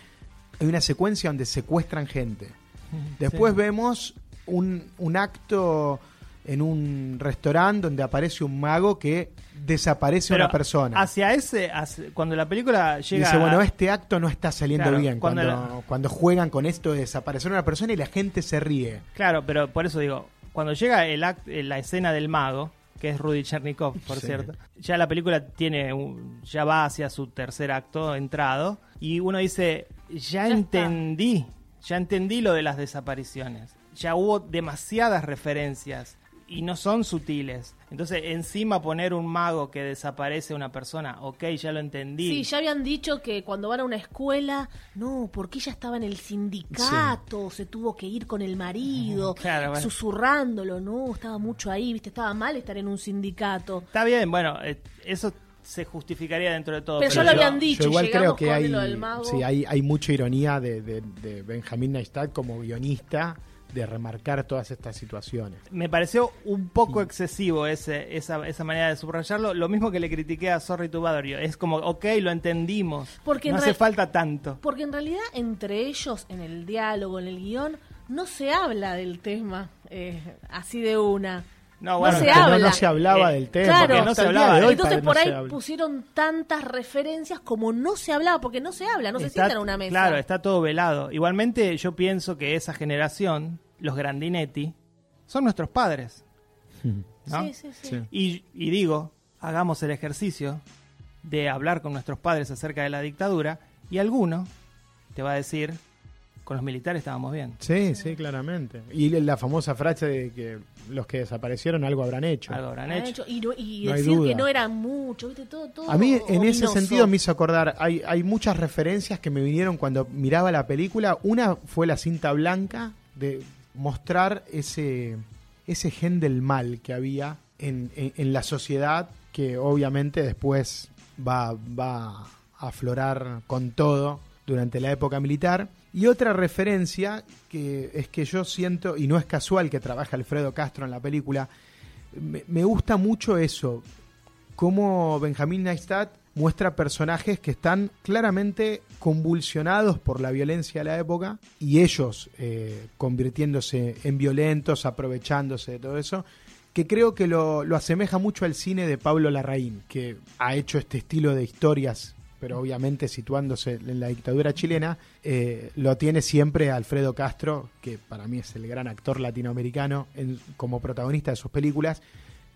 Speaker 1: hay una secuencia donde secuestran gente. Después
Speaker 3: Sí.
Speaker 1: vemos un, un acto en un restaurante donde aparece un mago que desaparece
Speaker 3: Pero
Speaker 1: una persona.
Speaker 3: Hacia ese, hacia- cuando la película
Speaker 1: Y
Speaker 3: llega.
Speaker 1: dice,
Speaker 3: a-
Speaker 1: bueno, este acto no está saliendo
Speaker 3: Claro,
Speaker 1: bien. Cuando,
Speaker 3: cuando
Speaker 1: cuando, juegan con esto de desaparecer una persona y la gente se ríe.
Speaker 3: Claro, pero por eso digo, cuando llega el act- eh, la escena del mago, que es Rudy Chernikov, por
Speaker 1: Sí.
Speaker 3: cierto, ya la película tiene un- ya va hacia su tercer acto entrado y uno dice, ya,
Speaker 2: Ya está.
Speaker 3: entendí, ya entendí lo de las desapariciones. Ya hubo demasiadas referencias y no son sutiles. Entonces, encima poner un mago que desaparece una persona, ok, ya lo entendí.
Speaker 2: Sí, ya habían dicho que cuando van a una escuela, no, porque ella estaba en el sindicato, se tuvo que ir con el marido,
Speaker 3: Claro, bueno.
Speaker 2: susurrándolo, no, estaba mucho ahí, viste, estaba mal estar en un sindicato.
Speaker 3: Está bien, bueno, eh, eso se justificaría dentro de todo.
Speaker 2: Pero ya lo
Speaker 3: yo-
Speaker 2: habían dicho,
Speaker 1: yo igual
Speaker 2: llegamos
Speaker 1: creo que
Speaker 2: con
Speaker 1: hay,
Speaker 2: lo del mago.
Speaker 1: sí, hay, hay mucha ironía de, de- de Benjamín Neistat como guionista de remarcar todas estas situaciones.
Speaker 3: Me pareció un poco excesivo ese, esa, esa manera de subrayarlo. Lo mismo que le critiqué a Sorry to Bother You. Es como, ok, lo entendimos.
Speaker 2: Porque
Speaker 3: no
Speaker 2: en
Speaker 3: hace
Speaker 2: real-
Speaker 3: falta tanto.
Speaker 2: Porque en realidad entre ellos, en el diálogo, en el guión, no se habla del tema eh, así de una.
Speaker 3: No, bueno,
Speaker 2: se
Speaker 1: Que
Speaker 2: habla.
Speaker 1: No, se hablaba
Speaker 3: Eh,
Speaker 1: del tema.
Speaker 2: claro.
Speaker 1: porque
Speaker 2: No
Speaker 1: hasta
Speaker 3: se
Speaker 1: el día
Speaker 3: hablaba.
Speaker 1: de hoy
Speaker 2: Entonces
Speaker 1: parece
Speaker 2: por
Speaker 1: no se
Speaker 2: ahí
Speaker 1: habla.
Speaker 2: pusieron tantas referencias como no se hablaba, porque no se habla, no se
Speaker 3: Está-
Speaker 2: sientan a una mesa.
Speaker 3: Claro, está todo velado. Igualmente, yo pienso que esa generación, los Grandinetti, son nuestros padres. ¿no?
Speaker 2: Sí, sí, sí.
Speaker 1: Sí.
Speaker 3: Y, y digo, hagamos el ejercicio de hablar con nuestros padres acerca de la dictadura y alguno te va a decir, con los militares estábamos bien.
Speaker 1: Sí, sí, claramente. Y la famosa frase de que los que desaparecieron algo habrán hecho.
Speaker 3: Algo habrán
Speaker 2: Ah,
Speaker 3: hecho.
Speaker 2: hecho- Y, no- y
Speaker 1: No hay
Speaker 2: decir que
Speaker 1: duda.
Speaker 2: no era mucho, ¿viste? Todo, todo
Speaker 1: A mí en ese
Speaker 2: ominoso.
Speaker 1: sentido me hizo acordar, hay, hay muchas referencias que me vinieron cuando miraba la película. Una fue la cinta blanca de mostrar ese, ese gen del mal que había en, en- en la sociedad que obviamente después va, va a aflorar con todo durante la época militar. Y otra referencia que es que yo siento, y no es casual que trabaje Alfredo Castro en la película, me, me gusta mucho eso, cómo Benjamin Neistat muestra personajes que están claramente convulsionados por la violencia de la época y ellos eh, convirtiéndose en violentos, aprovechándose de todo eso, que creo que lo, lo asemeja mucho al cine de Pablo Larraín, que ha hecho este estilo de historias, pero obviamente situándose en la dictadura chilena, eh, lo tiene siempre Alfredo Castro, que para mí es el gran actor latinoamericano en- como protagonista de sus películas,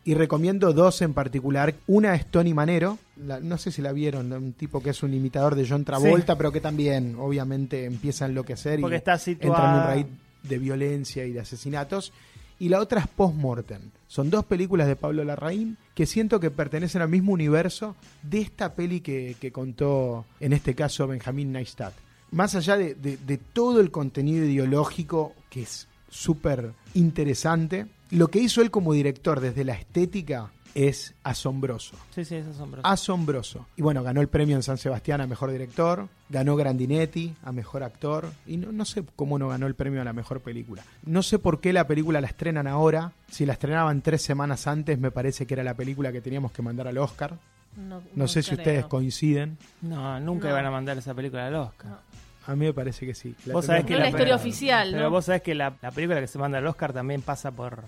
Speaker 1: y recomiendo dos en particular. Una es Tony Manero, la- no sé si la vieron, un tipo que es un imitador de John Travolta, pero que también obviamente empieza a enloquecer
Speaker 3: Porque
Speaker 1: y
Speaker 3: está
Speaker 1: entra en un
Speaker 3: situada
Speaker 1: raid de violencia y de asesinatos. y la otra es Postmortem. Son dos películas de Pablo Larraín que siento que pertenecen al mismo universo de esta peli que, que contó, en este caso, Benjamín Neistat. Más allá de, de- de todo el contenido ideológico, que es súper interesante, lo que hizo él como director desde la estética es asombroso
Speaker 3: Sí, sí, es asombroso.
Speaker 1: Ah, asombroso. Y bueno, ganó el premio en San Sebastián a mejor director, ganó Grandinetti a mejor actor, y no, no sé cómo no ganó el premio a la mejor película. No sé por qué la película la estrenan ahora, si la estrenaban tres semanas antes, me parece que era la película que teníamos que mandar al Oscar.
Speaker 2: No,
Speaker 1: No, sé si
Speaker 2: creo.
Speaker 1: ustedes coinciden,
Speaker 3: No, nunca
Speaker 2: No.
Speaker 3: iban a mandar esa película al Oscar.
Speaker 2: No.
Speaker 1: a mí me parece que sí.
Speaker 3: Vos sabés
Speaker 2: No
Speaker 3: que
Speaker 2: es la
Speaker 3: la-
Speaker 2: historia oficial,
Speaker 3: Pero
Speaker 2: ¿no?
Speaker 3: vos sabés que la, la película que se manda al Oscar también pasa por,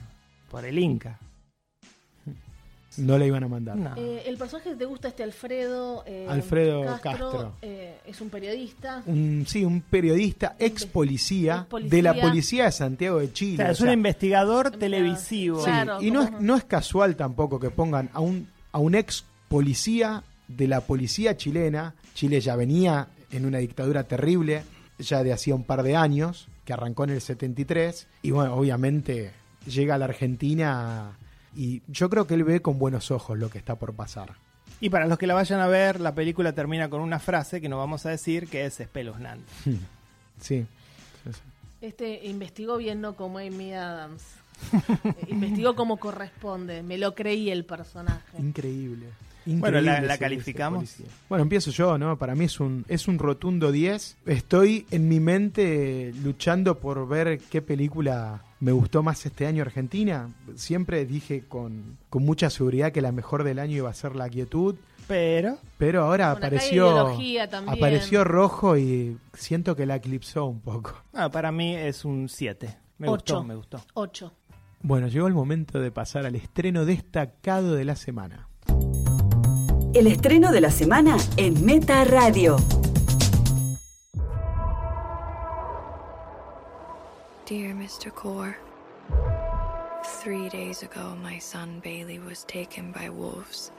Speaker 3: por el Inca.
Speaker 1: No la iban a mandar.
Speaker 3: No.
Speaker 2: Eh, el personaje que te gusta, este Alfredo. eh,
Speaker 1: Alfredo Castro.
Speaker 2: eh, es un periodista.
Speaker 1: Un- sí, un periodista ex policía,
Speaker 2: Ex policía.
Speaker 1: de la policía de Santiago de
Speaker 3: O
Speaker 1: Chile.
Speaker 3: sea,
Speaker 1: o
Speaker 3: es un
Speaker 1: sea,
Speaker 3: investigador televisivo.
Speaker 1: Sí,
Speaker 2: Claro,
Speaker 1: y no es,
Speaker 2: como-
Speaker 1: no es casual tampoco que pongan a un, a un ex policía de la policía chilena. Chile ya venía en una dictadura terrible, ya de hacía un par de años, que arrancó en el 73. Y bueno, obviamente llega a la Argentina y yo creo que él ve con buenos ojos lo que está por pasar.
Speaker 3: Y para los que la vayan a ver, la película termina con una frase que nos vamos a decir que es espeluznante.
Speaker 1: Sí.
Speaker 2: Este investigó bien, no como Amy Adams. Eh, investigó como corresponde. Me lo creí el personaje.
Speaker 1: Increíble.
Speaker 3: Bueno, la-
Speaker 1: Increíble
Speaker 3: la
Speaker 1: ese-
Speaker 3: calificamos.
Speaker 1: ese policía. Bueno, empiezo yo, ¿no? Para mí es un, es un rotundo 10. Estoy en mi mente luchando por ver qué película me gustó más este año Argentina. Siempre dije con, con mucha seguridad que la mejor del año iba a ser La Quietud,
Speaker 3: Pero
Speaker 1: pero ahora
Speaker 2: Bueno, acá hay
Speaker 1: apareció,
Speaker 2: ideología también.
Speaker 1: apareció Rojo y siento que la eclipsó un poco.
Speaker 3: no, ah, para mí es un 7. Me
Speaker 2: Ocho.
Speaker 3: gustó, me gustó.
Speaker 2: 8.
Speaker 1: Bueno, llegó el momento de pasar al estreno destacado de la semana.
Speaker 4: El estreno de la semana en Meta Radio.
Speaker 6: Dear Mr. Core, three days ago my son Bailey was taken by wolves.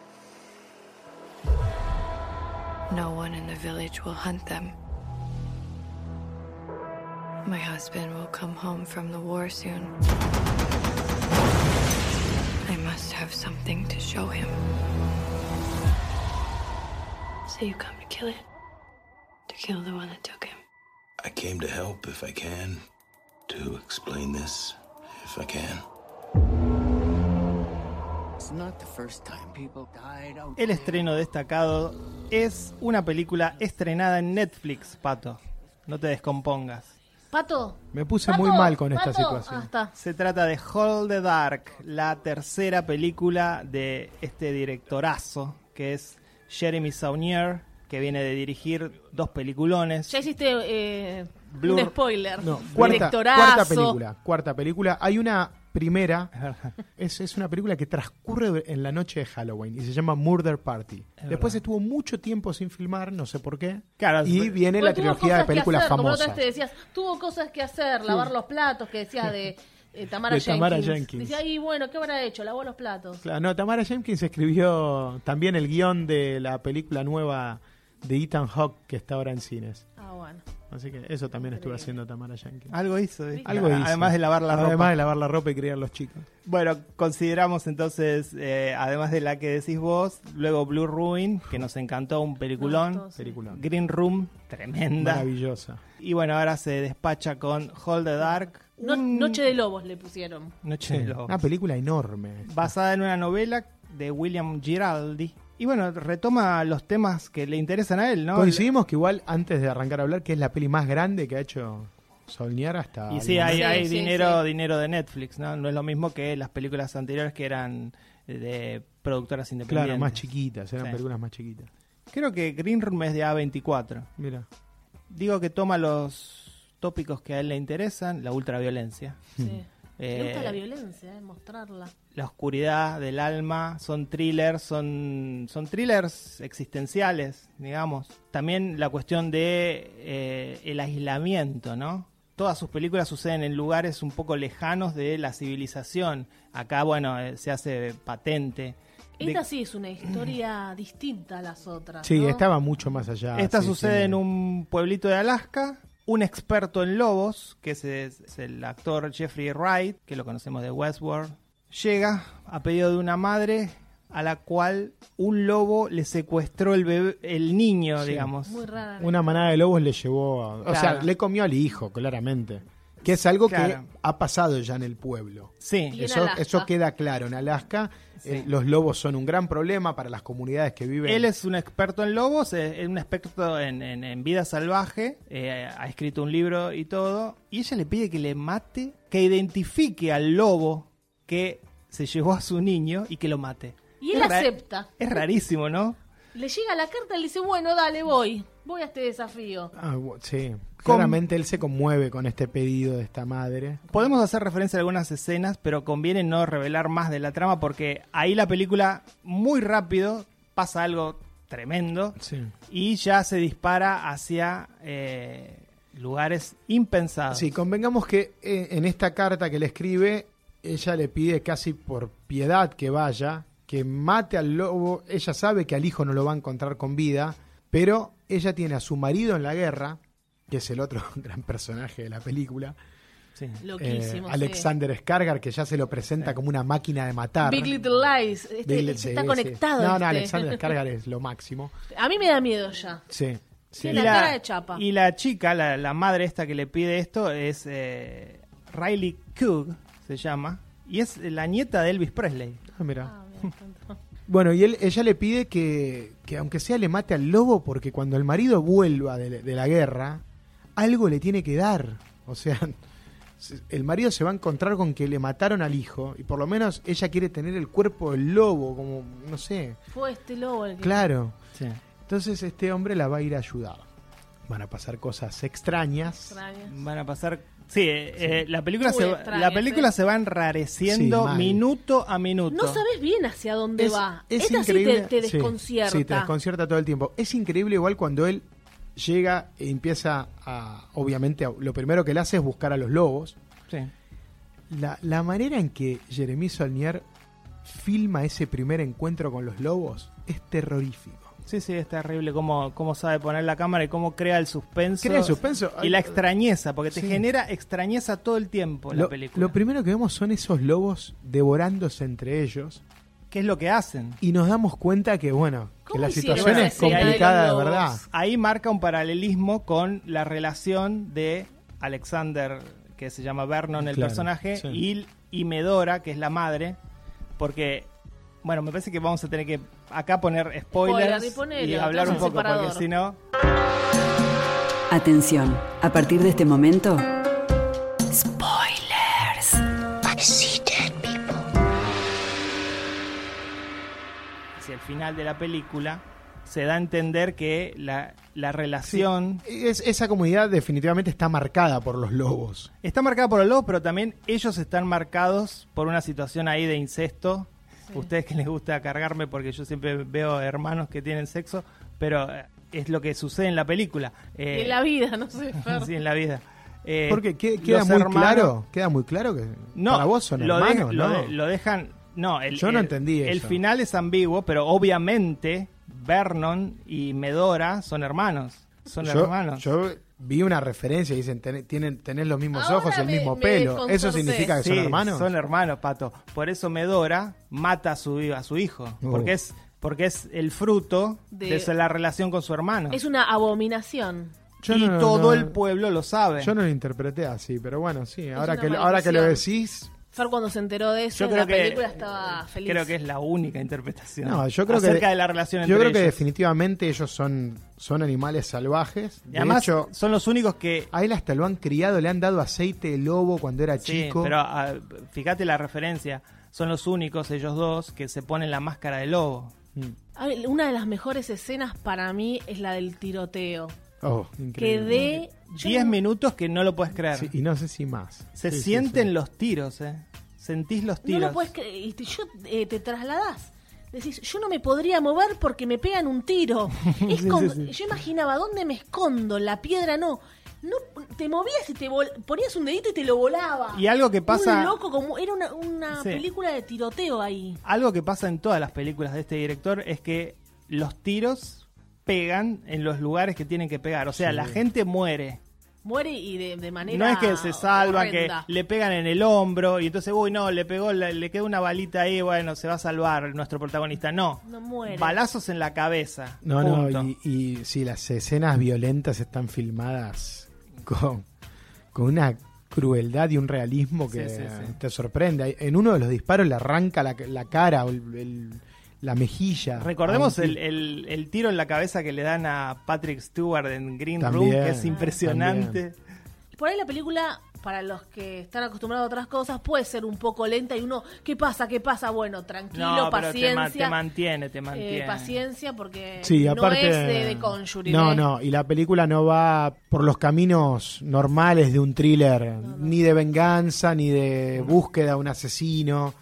Speaker 6: No one in the village will hunt them. My husband will come home from the war soon. I must have something to show him. So you come to kill it? To kill the one that took him?
Speaker 7: I came to help if I can, to explain this if I can.
Speaker 8: It's not the first time people died out
Speaker 3: El estreno destacado es una película estrenada en Netflix, Pato. No te descompongas.
Speaker 2: Pato.
Speaker 1: Me puse
Speaker 2: ¿Pato?
Speaker 1: muy mal con esta
Speaker 2: ¿Pato?
Speaker 1: situación.
Speaker 2: Ah, está.
Speaker 3: Se trata de Hold the Dark, la tercera película de este directorazo, que es Jeremy Saunier, que viene de dirigir dos peliculones.
Speaker 2: Ya hiciste eh,
Speaker 3: Blur.
Speaker 2: un spoiler.
Speaker 1: No, cuarta,
Speaker 2: Directorazo.
Speaker 1: cuarta película. Cuarta película. Hay una primera. Es, es una película que transcurre en la noche de Halloween y se llama Murder Party. Después estuvo mucho tiempo sin filmar, no sé por qué.
Speaker 3: Claro,
Speaker 1: y
Speaker 3: es-
Speaker 1: viene
Speaker 2: Bueno,
Speaker 1: la
Speaker 2: Pues,
Speaker 1: trilogía
Speaker 2: tuvo
Speaker 1: de
Speaker 2: cosas que
Speaker 1: películas
Speaker 2: hacer, como la otra
Speaker 1: famosas.
Speaker 2: vez te decías, tuvo cosas que hacer, lavar los platos, que decías de eh, Tamara,
Speaker 1: De
Speaker 2: Jenkins.
Speaker 1: Tamara Jenkins.
Speaker 2: Dice, ahí bueno, ¿qué habrá hecho? Lavó los platos.
Speaker 1: Claro, no, Tamara Jenkins escribió también el guión de la película nueva de Ethan Hawke que está ahora en cines.
Speaker 2: Ah, bueno.
Speaker 1: Así que eso también estuvo haciendo Tamara Jenkins.
Speaker 3: Algo hizo, ¿viste?
Speaker 1: Algo hizo.
Speaker 3: Además de lavar la
Speaker 1: Además
Speaker 3: ropa.
Speaker 1: de lavar la ropa y criar los chicos.
Speaker 3: Bueno, consideramos entonces, eh, además de la que decís vos, luego Blue Ruin, que nos encantó, un peliculón.
Speaker 2: Nos gustó, sí.
Speaker 1: Película
Speaker 3: Green Room, tremenda.
Speaker 1: maravillosa.
Speaker 3: Y bueno, ahora se despacha con Hold the Dark.
Speaker 2: No-
Speaker 1: Mm.
Speaker 3: un-
Speaker 2: Noche de Lobos le pusieron.
Speaker 3: Noche de Lobos.
Speaker 1: Una película enorme.
Speaker 3: Basada en una novela de William Giraldi. Y bueno, retoma los temas que le interesan a él, ¿no?
Speaker 1: Coincidimos que igual antes de arrancar a hablar que es la peli más grande que ha hecho Solniar hasta
Speaker 3: Y sí, hay,
Speaker 2: Sí,
Speaker 3: hay
Speaker 2: sí,
Speaker 3: dinero,
Speaker 2: sí.
Speaker 3: dinero de Netflix, ¿no? No es lo mismo que las películas anteriores que eran eh, de productoras independientes.
Speaker 1: claro, más chiquitas, eran
Speaker 3: Sí.
Speaker 1: películas más chiquitas.
Speaker 3: Creo que Green Room es de A24.
Speaker 1: Mira,
Speaker 3: Digo que toma los tópicos que a él le interesan, la ultraviolencia,
Speaker 2: Sí.
Speaker 3: Eh,
Speaker 2: Le gusta la violencia, eh, mostrarla.
Speaker 3: la oscuridad del alma, son thrillers, son, son thrillers existenciales, digamos. También la cuestión de eh, el aislamiento, ¿no? Todas sus películas suceden en lugares un poco lejanos de la civilización. Acá, bueno, eh, se hace patente. De-
Speaker 2: Esta sí es una historia distinta a las otras.
Speaker 1: sí,
Speaker 2: ¿no?
Speaker 1: estaba mucho más allá.
Speaker 3: Esta
Speaker 1: Ah, sí,
Speaker 3: sucede
Speaker 1: sí.
Speaker 3: en un pueblito de Alaska un experto en lobos, que es, es el actor Jeffrey Wright, que lo conocemos de Westworld, llega a pedido de una madre a la cual un lobo le secuestró el bebé, el niño,
Speaker 1: Sí.
Speaker 3: digamos.
Speaker 2: Muy rara.
Speaker 1: Una manada de lobos le llevó a- O sea,
Speaker 3: Claro.
Speaker 1: le comió al hijo, claramente. Que es algo
Speaker 3: Claro.
Speaker 1: que ha pasado ya en el pueblo.
Speaker 2: Y
Speaker 3: Sí,
Speaker 2: en
Speaker 1: Eso,
Speaker 2: Alaska.
Speaker 1: eso queda claro. En Alaska
Speaker 3: Sí.
Speaker 1: eh, los lobos son un gran problema para las comunidades que viven.
Speaker 3: él es un experto en lobos, eh, es es un experto en, en- en vida salvaje, eh, ha escrito un libro y todo, y ella le pide que le mate, que identifique al lobo que se llevó a su niño y que lo mate.
Speaker 2: Y él
Speaker 3: Es ra-
Speaker 2: acepta.
Speaker 3: Es rarísimo, ¿no?
Speaker 2: Le llega la carta y le dice, bueno, dale, voy. Voy a este desafío.
Speaker 1: Ah, bu- sí. Claramente él se conmueve con este pedido de esta madre.
Speaker 3: Podemos hacer referencia a algunas escenas, pero conviene no revelar más de la trama porque ahí la película muy rápido pasa algo tremendo
Speaker 1: Sí.
Speaker 3: y ya se dispara hacia eh, lugares impensados.
Speaker 1: Sí, convengamos que eh, en esta carta que le escribe, ella le pide casi por piedad que vaya, que mate al lobo. Ella sabe que al hijo no lo va a encontrar con vida, pero ella tiene a su marido en la guerra, que es el otro gran personaje de la película,
Speaker 3: Sí.
Speaker 2: Loquísimo.
Speaker 1: eh,
Speaker 2: sí.
Speaker 1: Alexander Skargar, que ya se lo presenta como una máquina de matar.
Speaker 2: Big Little Lies. Este-
Speaker 1: Big Little-
Speaker 2: este está
Speaker 1: sí,
Speaker 2: conectado.
Speaker 1: sí. No,
Speaker 2: este.
Speaker 1: no, Alexander Skargar es lo máximo.
Speaker 2: A mí me da miedo ya.
Speaker 1: Sí.
Speaker 2: Sí,
Speaker 3: Y
Speaker 2: la cara de chapa.
Speaker 3: Y la chica, la, la madre esta que le pide esto, es eh, Riley Coog, se llama, y es la nieta de Elvis Presley.
Speaker 1: Ah, mira.
Speaker 2: Ah, me encantó.
Speaker 1: Bueno, y él- ella le pide que, que aunque sea le mate al lobo, porque cuando el marido vuelva de, la- de la guerra, algo le tiene que dar. O sea, se- el marido se va a encontrar con que le mataron al hijo, y por lo menos ella quiere tener el cuerpo del lobo, como, no sé,
Speaker 2: Fue este lobo el que...
Speaker 1: claro.
Speaker 3: Sí.
Speaker 1: Entonces este hombre la va a ir a ayudar. Van a pasar cosas extrañas.
Speaker 2: Extraño.
Speaker 3: Van a pasar. Sí, eh, la película,
Speaker 2: Muy
Speaker 3: se, va-
Speaker 2: extraña,
Speaker 3: la película
Speaker 2: sí.
Speaker 3: se va enrareciendo
Speaker 1: Sí, mal.
Speaker 3: minuto a minuto.
Speaker 2: No sabes bien hacia dónde va. Esta sí te, te
Speaker 1: Sí,
Speaker 2: desconcierta.
Speaker 1: Sí, te desconcierta todo el tiempo. Es increíble igual cuando él llega e empieza a, obviamente, a- lo primero que él hace es buscar a los lobos.
Speaker 3: Sí.
Speaker 1: La, la manera en que Jeremy Solnier filma ese primer encuentro con los lobos es terrorífico.
Speaker 3: Sí, sí, es terrible cómo, cómo sabe poner la cámara y cómo crea el suspenso.
Speaker 1: Crea el suspenso.
Speaker 3: Y la extrañeza, porque te
Speaker 1: Sí.
Speaker 3: genera extrañeza todo el tiempo la
Speaker 1: Lo,
Speaker 3: película.
Speaker 1: lo primero que vemos son esos lobos devorándose entre ellos
Speaker 3: ¿Qué es lo que hacen?
Speaker 1: y nos damos cuenta que, bueno, que
Speaker 2: ¿Cómo
Speaker 1: la
Speaker 2: hicieron
Speaker 1: situación
Speaker 3: esa
Speaker 1: es
Speaker 3: escena de los
Speaker 1: complicada de
Speaker 2: lobos?
Speaker 1: verdad.
Speaker 3: Ahí marca un paralelismo con la relación de Alexander, que se llama Vernon, el
Speaker 1: Claro,
Speaker 3: personaje,
Speaker 1: sí.
Speaker 3: y, y Medora, que es la madre, porque, bueno, me parece que vamos a tener que acá poner spoilers
Speaker 2: Spoiler, y ponelo,
Speaker 3: y hablar un
Speaker 2: tenemos el
Speaker 3: poco, porque
Speaker 2: separador.
Speaker 3: si no...
Speaker 4: Atención, a partir de este momento... Spoilers.
Speaker 3: hacia el final de la película, se da a entender que la, la relación
Speaker 1: Es- esa comunidad definitivamente está marcada por los lobos.
Speaker 3: está marcada por los lobos, pero también ellos están marcados por una situación ahí de incesto. Ustedes que les gusta cargarme porque yo siempre veo hermanos que tienen sexo, pero eh, es lo que sucede en la película. Eh,
Speaker 2: En la vida, no sé. Fer.
Speaker 3: sí, en la vida. Eh,
Speaker 1: Porque que- queda
Speaker 3: los
Speaker 1: muy
Speaker 3: hermanos-
Speaker 1: claro, queda muy claro que
Speaker 3: No,
Speaker 1: para vos son
Speaker 3: lo de-
Speaker 1: hermanos,
Speaker 3: lo,
Speaker 1: ¿no?
Speaker 3: de- lo dejan. No, el,
Speaker 1: Yo no
Speaker 3: el-
Speaker 1: entendí
Speaker 3: El
Speaker 1: eso.
Speaker 3: final es ambiguo, pero obviamente Vernon y Medora son hermanos. Son
Speaker 1: yo,
Speaker 3: hermanos.
Speaker 1: yo vi una referencia y dicen "Ten- tienen, tenés los mismos
Speaker 2: Ahora
Speaker 1: ojos y el
Speaker 2: me-
Speaker 1: mismo
Speaker 2: me
Speaker 1: pelo. ¿Eso
Speaker 2: desconcerté.
Speaker 1: significa que
Speaker 3: Sí,
Speaker 1: son hermanos?
Speaker 3: Son hermanos, pato. Por eso Medora mata a su, a su hijo.
Speaker 1: Uh.
Speaker 3: Porque es porque es el fruto de,
Speaker 2: De-
Speaker 3: esa- la relación con su hermano.
Speaker 2: Es una abominación.
Speaker 1: Yo
Speaker 3: y
Speaker 1: no-
Speaker 3: todo
Speaker 1: no-
Speaker 3: el pueblo lo sabe.
Speaker 1: Yo no lo interpreté así, pero bueno, sí, ahora
Speaker 2: una
Speaker 1: que, lo- ahora que lo
Speaker 2: maldición.
Speaker 1: decís...
Speaker 2: Fer cuando se enteró de eso,
Speaker 3: Yo eh,
Speaker 2: en la película estaba feliz.
Speaker 3: creo que es la única interpretación
Speaker 1: No, yo creo
Speaker 3: acerca
Speaker 1: que
Speaker 3: de la relación
Speaker 1: Yo
Speaker 3: entre
Speaker 1: creo que
Speaker 3: ellos.
Speaker 1: definitivamente ellos son, son animales salvajes.
Speaker 3: Y
Speaker 1: De
Speaker 3: además
Speaker 1: hecho,
Speaker 3: son los únicos que
Speaker 1: a él hasta lo han criado, le han dado aceite de lobo cuando era
Speaker 3: Sí,
Speaker 1: chico.
Speaker 3: pero ah, fíjate la referencia. Son los únicos, ellos dos, que se ponen la máscara de lobo.
Speaker 2: A ver, Una de las mejores escenas para mí es la del tiroteo.
Speaker 1: Oh, increíble.
Speaker 2: Quedé. yo
Speaker 3: Diez
Speaker 2: no-
Speaker 3: minutos que no lo puedes creer.
Speaker 1: Sí, y no sé si más.
Speaker 3: se
Speaker 1: Sí, sí,
Speaker 3: sienten
Speaker 1: sí.
Speaker 3: los tiros, ¿eh? Sentís los
Speaker 2: No
Speaker 3: tiros.
Speaker 2: lo puedes creer. Y te- yo eh, te trasladás. Decís, yo no me podría mover porque me pegan un tiro. Es con- Yo imaginaba, ¿dónde me escondo? La piedra no. No, te movías y te vol- ponías un dedito y te lo volaba.
Speaker 3: Y algo que pasa-
Speaker 2: Un loco como. Era una, una
Speaker 3: Sí.
Speaker 2: película de tiroteo ahí.
Speaker 3: Algo que pasa en todas las películas de este director es que los tiros pegan en los lugares que tienen que pegar. O sea, la gente muere.
Speaker 2: Muere y de, de manera.
Speaker 3: No es que se salva,
Speaker 2: horrenda.
Speaker 3: que le pegan en el hombro y entonces, uy, no, le pegó, le, le quedó una balita ahí, bueno, se va a salvar nuestro protagonista. No.
Speaker 2: No muere.
Speaker 3: Balazos en la cabeza.
Speaker 1: No,
Speaker 3: punto.
Speaker 1: no, y, y si las escenas violentas están filmadas con, con una crueldad y un realismo que
Speaker 3: Sí, sí, sí.
Speaker 1: te sorprende. En uno de los disparos le arranca la, la cara o el- el- la mejilla.
Speaker 3: Recordemos
Speaker 1: Al-
Speaker 3: el, el- el tiro en la cabeza que le dan a Patrick Stewart en Green Room,
Speaker 1: También,
Speaker 3: que es impresionante.
Speaker 2: Por ahí la película, para los que están acostumbrados a otras cosas, puede ser un poco lenta y uno, ¿qué pasa? ¿Qué pasa? Bueno, tranquilo,
Speaker 3: No, pero te, ma-
Speaker 2: paciencia.
Speaker 3: te mantiene, te mantiene.
Speaker 2: eh, paciencia porque
Speaker 1: Sí, aparte.
Speaker 2: no es de, de Conjuring.
Speaker 1: No,
Speaker 2: ¿eh?
Speaker 1: no, y la película no va por los caminos normales de un thriller, ni de venganza, ni de búsqueda de un asesino.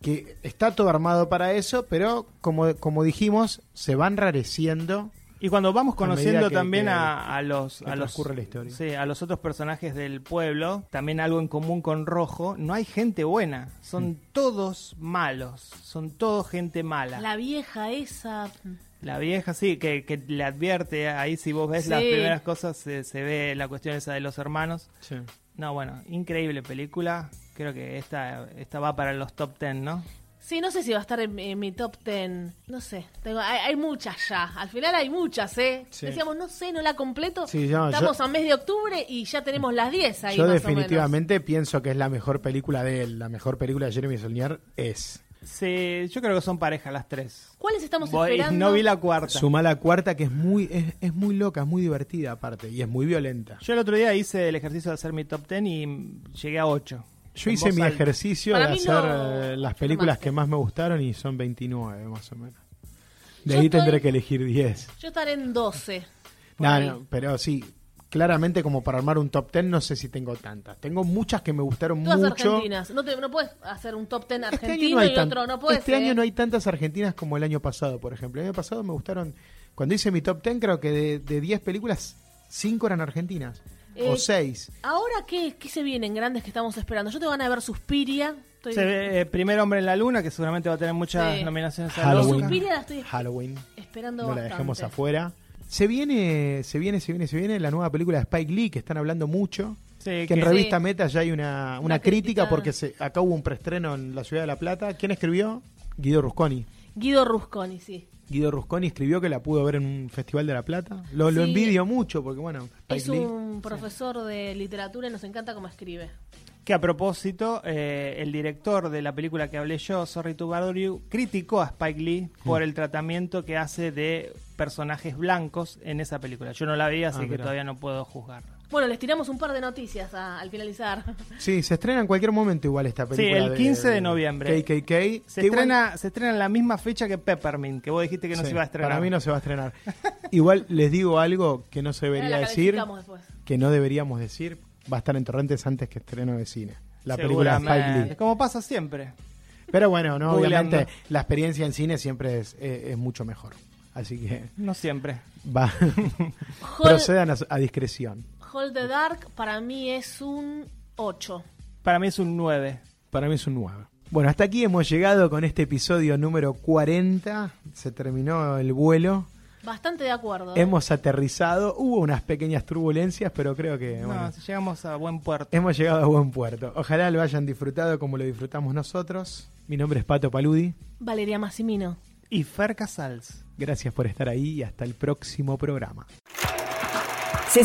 Speaker 1: Que está todo armado para eso, pero como, como dijimos, se va enrareciendo.
Speaker 3: Y cuando vamos
Speaker 1: medida
Speaker 3: conociendo
Speaker 1: que-
Speaker 3: también
Speaker 1: que-
Speaker 3: a, a los
Speaker 1: que
Speaker 3: a los
Speaker 1: transcurre la historia.
Speaker 3: sí, a los otros personajes del pueblo, también algo en común con Rojo, no hay gente buena, son
Speaker 1: Mm.
Speaker 3: todos malos, son todos gente mala. La,
Speaker 2: La vieja esa.
Speaker 3: vieja sí que, que le advierte ahí si vos ves
Speaker 2: Sí.
Speaker 3: las primeras cosas se, se ve la cuestión esa de los hermanos. No, bueno, increíble película. Creo que esta esta va para los top 10, ¿no?
Speaker 2: Sí, no sé si va a estar en, en mi top ten. No sé. Tengo, hay, hay muchas ya. Al final hay muchas, ¿eh?
Speaker 1: Sí.
Speaker 2: Decíamos, no sé, no la completo.
Speaker 1: Sí, no,
Speaker 2: Estamos
Speaker 1: yo-
Speaker 2: a mes de octubre y ya tenemos las 10 ahí.
Speaker 1: Yo
Speaker 2: más o
Speaker 1: definitivamente pienso que es la mejor película de él, la mejor película de Jeremy Solnier es.
Speaker 3: Sí, yo creo que son pareja las tres.
Speaker 2: menos. ¿Cuáles estamos
Speaker 3: Voy-
Speaker 2: esperando?
Speaker 3: no vi la cuarta.
Speaker 1: Suma la cuarta que es muy, es, es muy loca, es muy divertida aparte, y es muy violenta.
Speaker 3: Yo el otro día hice el ejercicio de hacer mi top 10 y mm, llegué a 8.
Speaker 1: Yo hice mi ejercicio
Speaker 2: Para
Speaker 1: de
Speaker 2: mí
Speaker 1: hacer
Speaker 2: no-
Speaker 1: eh, las películas
Speaker 2: no
Speaker 1: que más me gustaron y son 29 más o menos. De
Speaker 2: Yo
Speaker 1: ahí
Speaker 2: estoy-
Speaker 1: tendré que elegir 10.
Speaker 2: Yo estaré en 12. por
Speaker 1: No,
Speaker 2: ahí.
Speaker 1: no, pero sí, claramente como para armar un top 10 no sé si tengo tantas. Tengo muchas que me gustaron
Speaker 2: Todas
Speaker 1: mucho.
Speaker 2: argentinas. No, te, no puedes hacer un top ten
Speaker 1: Este
Speaker 2: argentino
Speaker 1: año, no hay,
Speaker 2: y
Speaker 1: tan-
Speaker 2: otro no puedes.
Speaker 1: este año no hay tantas argentinas como el año pasado, por ejemplo. El año pasado me gustaron, cuando hice mi top 10, creo que de, de 10 películas, 5 eran argentinas.
Speaker 2: Eh,
Speaker 1: o 6.
Speaker 2: Ahora, qué, ¿qué se vienen grandes que estamos esperando? Yo te van a ver Suspiria. Estoy...
Speaker 3: Se ve, eh, primer hombre en la luna, que seguramente va a tener muchas
Speaker 2: Sí.
Speaker 3: nominaciones a los
Speaker 1: Halloween.
Speaker 3: Oscar.
Speaker 2: Suspiria la estoy
Speaker 1: Halloween.
Speaker 2: esperando
Speaker 1: No la
Speaker 2: bastante.
Speaker 1: dejemos afuera. Se viene, se viene, se viene, se viene la nueva película de Spike Lee, que están hablando mucho.
Speaker 3: Sí,
Speaker 1: que,
Speaker 3: que-
Speaker 1: en revista
Speaker 2: Sí.
Speaker 1: Meta ya hay una, una,
Speaker 2: Una
Speaker 1: crítica,
Speaker 2: crítica.
Speaker 1: porque se, acá hubo un preestreno en la ciudad de La Plata. ¿Quién escribió? Guido Rusconi.
Speaker 2: Guido Rusconi, sí.
Speaker 1: Guido Rusconi escribió que la pudo ver en un festival de La Plata. Lo, lo
Speaker 2: Sí.
Speaker 1: envidio mucho porque, bueno, Spike
Speaker 2: Es
Speaker 1: Lee.
Speaker 2: un profesor de literatura y nos encanta cómo escribe.
Speaker 3: Que a propósito, eh, el director de la película que hablé yo, Sorry to Bother You, criticó a Spike Lee por el tratamiento que hace de personajes blancos en esa película. Yo no la vi, así
Speaker 1: Ah,
Speaker 3: que
Speaker 1: mira.
Speaker 3: todavía no puedo juzgar.
Speaker 2: Bueno, les tiramos un par de noticias a- al finalizar.
Speaker 1: Sí, se estrena en cualquier momento igual esta película.
Speaker 3: el 15 de noviembre.
Speaker 1: KKK.
Speaker 3: Se
Speaker 1: Que igual-
Speaker 3: estrena, se estrena en la misma fecha que Peppermint, que vos dijiste que no
Speaker 1: Sí,
Speaker 3: se iba a estrenar.
Speaker 1: Para mí no se va a estrenar. igual les digo algo que no se
Speaker 2: Ahora
Speaker 1: debería
Speaker 2: la
Speaker 1: decir.
Speaker 2: calificamos después.
Speaker 1: que no deberíamos decir, va a estar en torrentes antes que estreno de cine. La película de
Speaker 3: Seguramente.
Speaker 1: Spike Lee.
Speaker 3: Como pasa siempre.
Speaker 1: Pero bueno, no,
Speaker 3: Googleando.
Speaker 1: obviamente la experiencia en cine siempre es, eh, es mucho mejor. Así que
Speaker 3: No siempre.
Speaker 1: va.
Speaker 2: Hold,
Speaker 1: procedan a, su- a discreción.
Speaker 2: Hold the Dark para mí es un 8.
Speaker 3: Para mí es un 9.
Speaker 1: Para mí es un 9. Bueno, hasta aquí hemos llegado con este episodio número 40. Se terminó el vuelo.
Speaker 2: Bastante de acuerdo. ¿eh?
Speaker 1: Hemos aterrizado. Hubo unas pequeñas turbulencias, pero creo que... bueno,
Speaker 3: No, si llegamos a buen puerto.
Speaker 1: Hemos llegado a buen puerto. Ojalá lo hayan disfrutado como lo disfrutamos nosotros. Mi nombre es Pato Paludi.
Speaker 2: Valeria Massimino.
Speaker 3: Y Fer Casals.
Speaker 1: Gracias por estar ahí y hasta el próximo programa.
Speaker 4: Se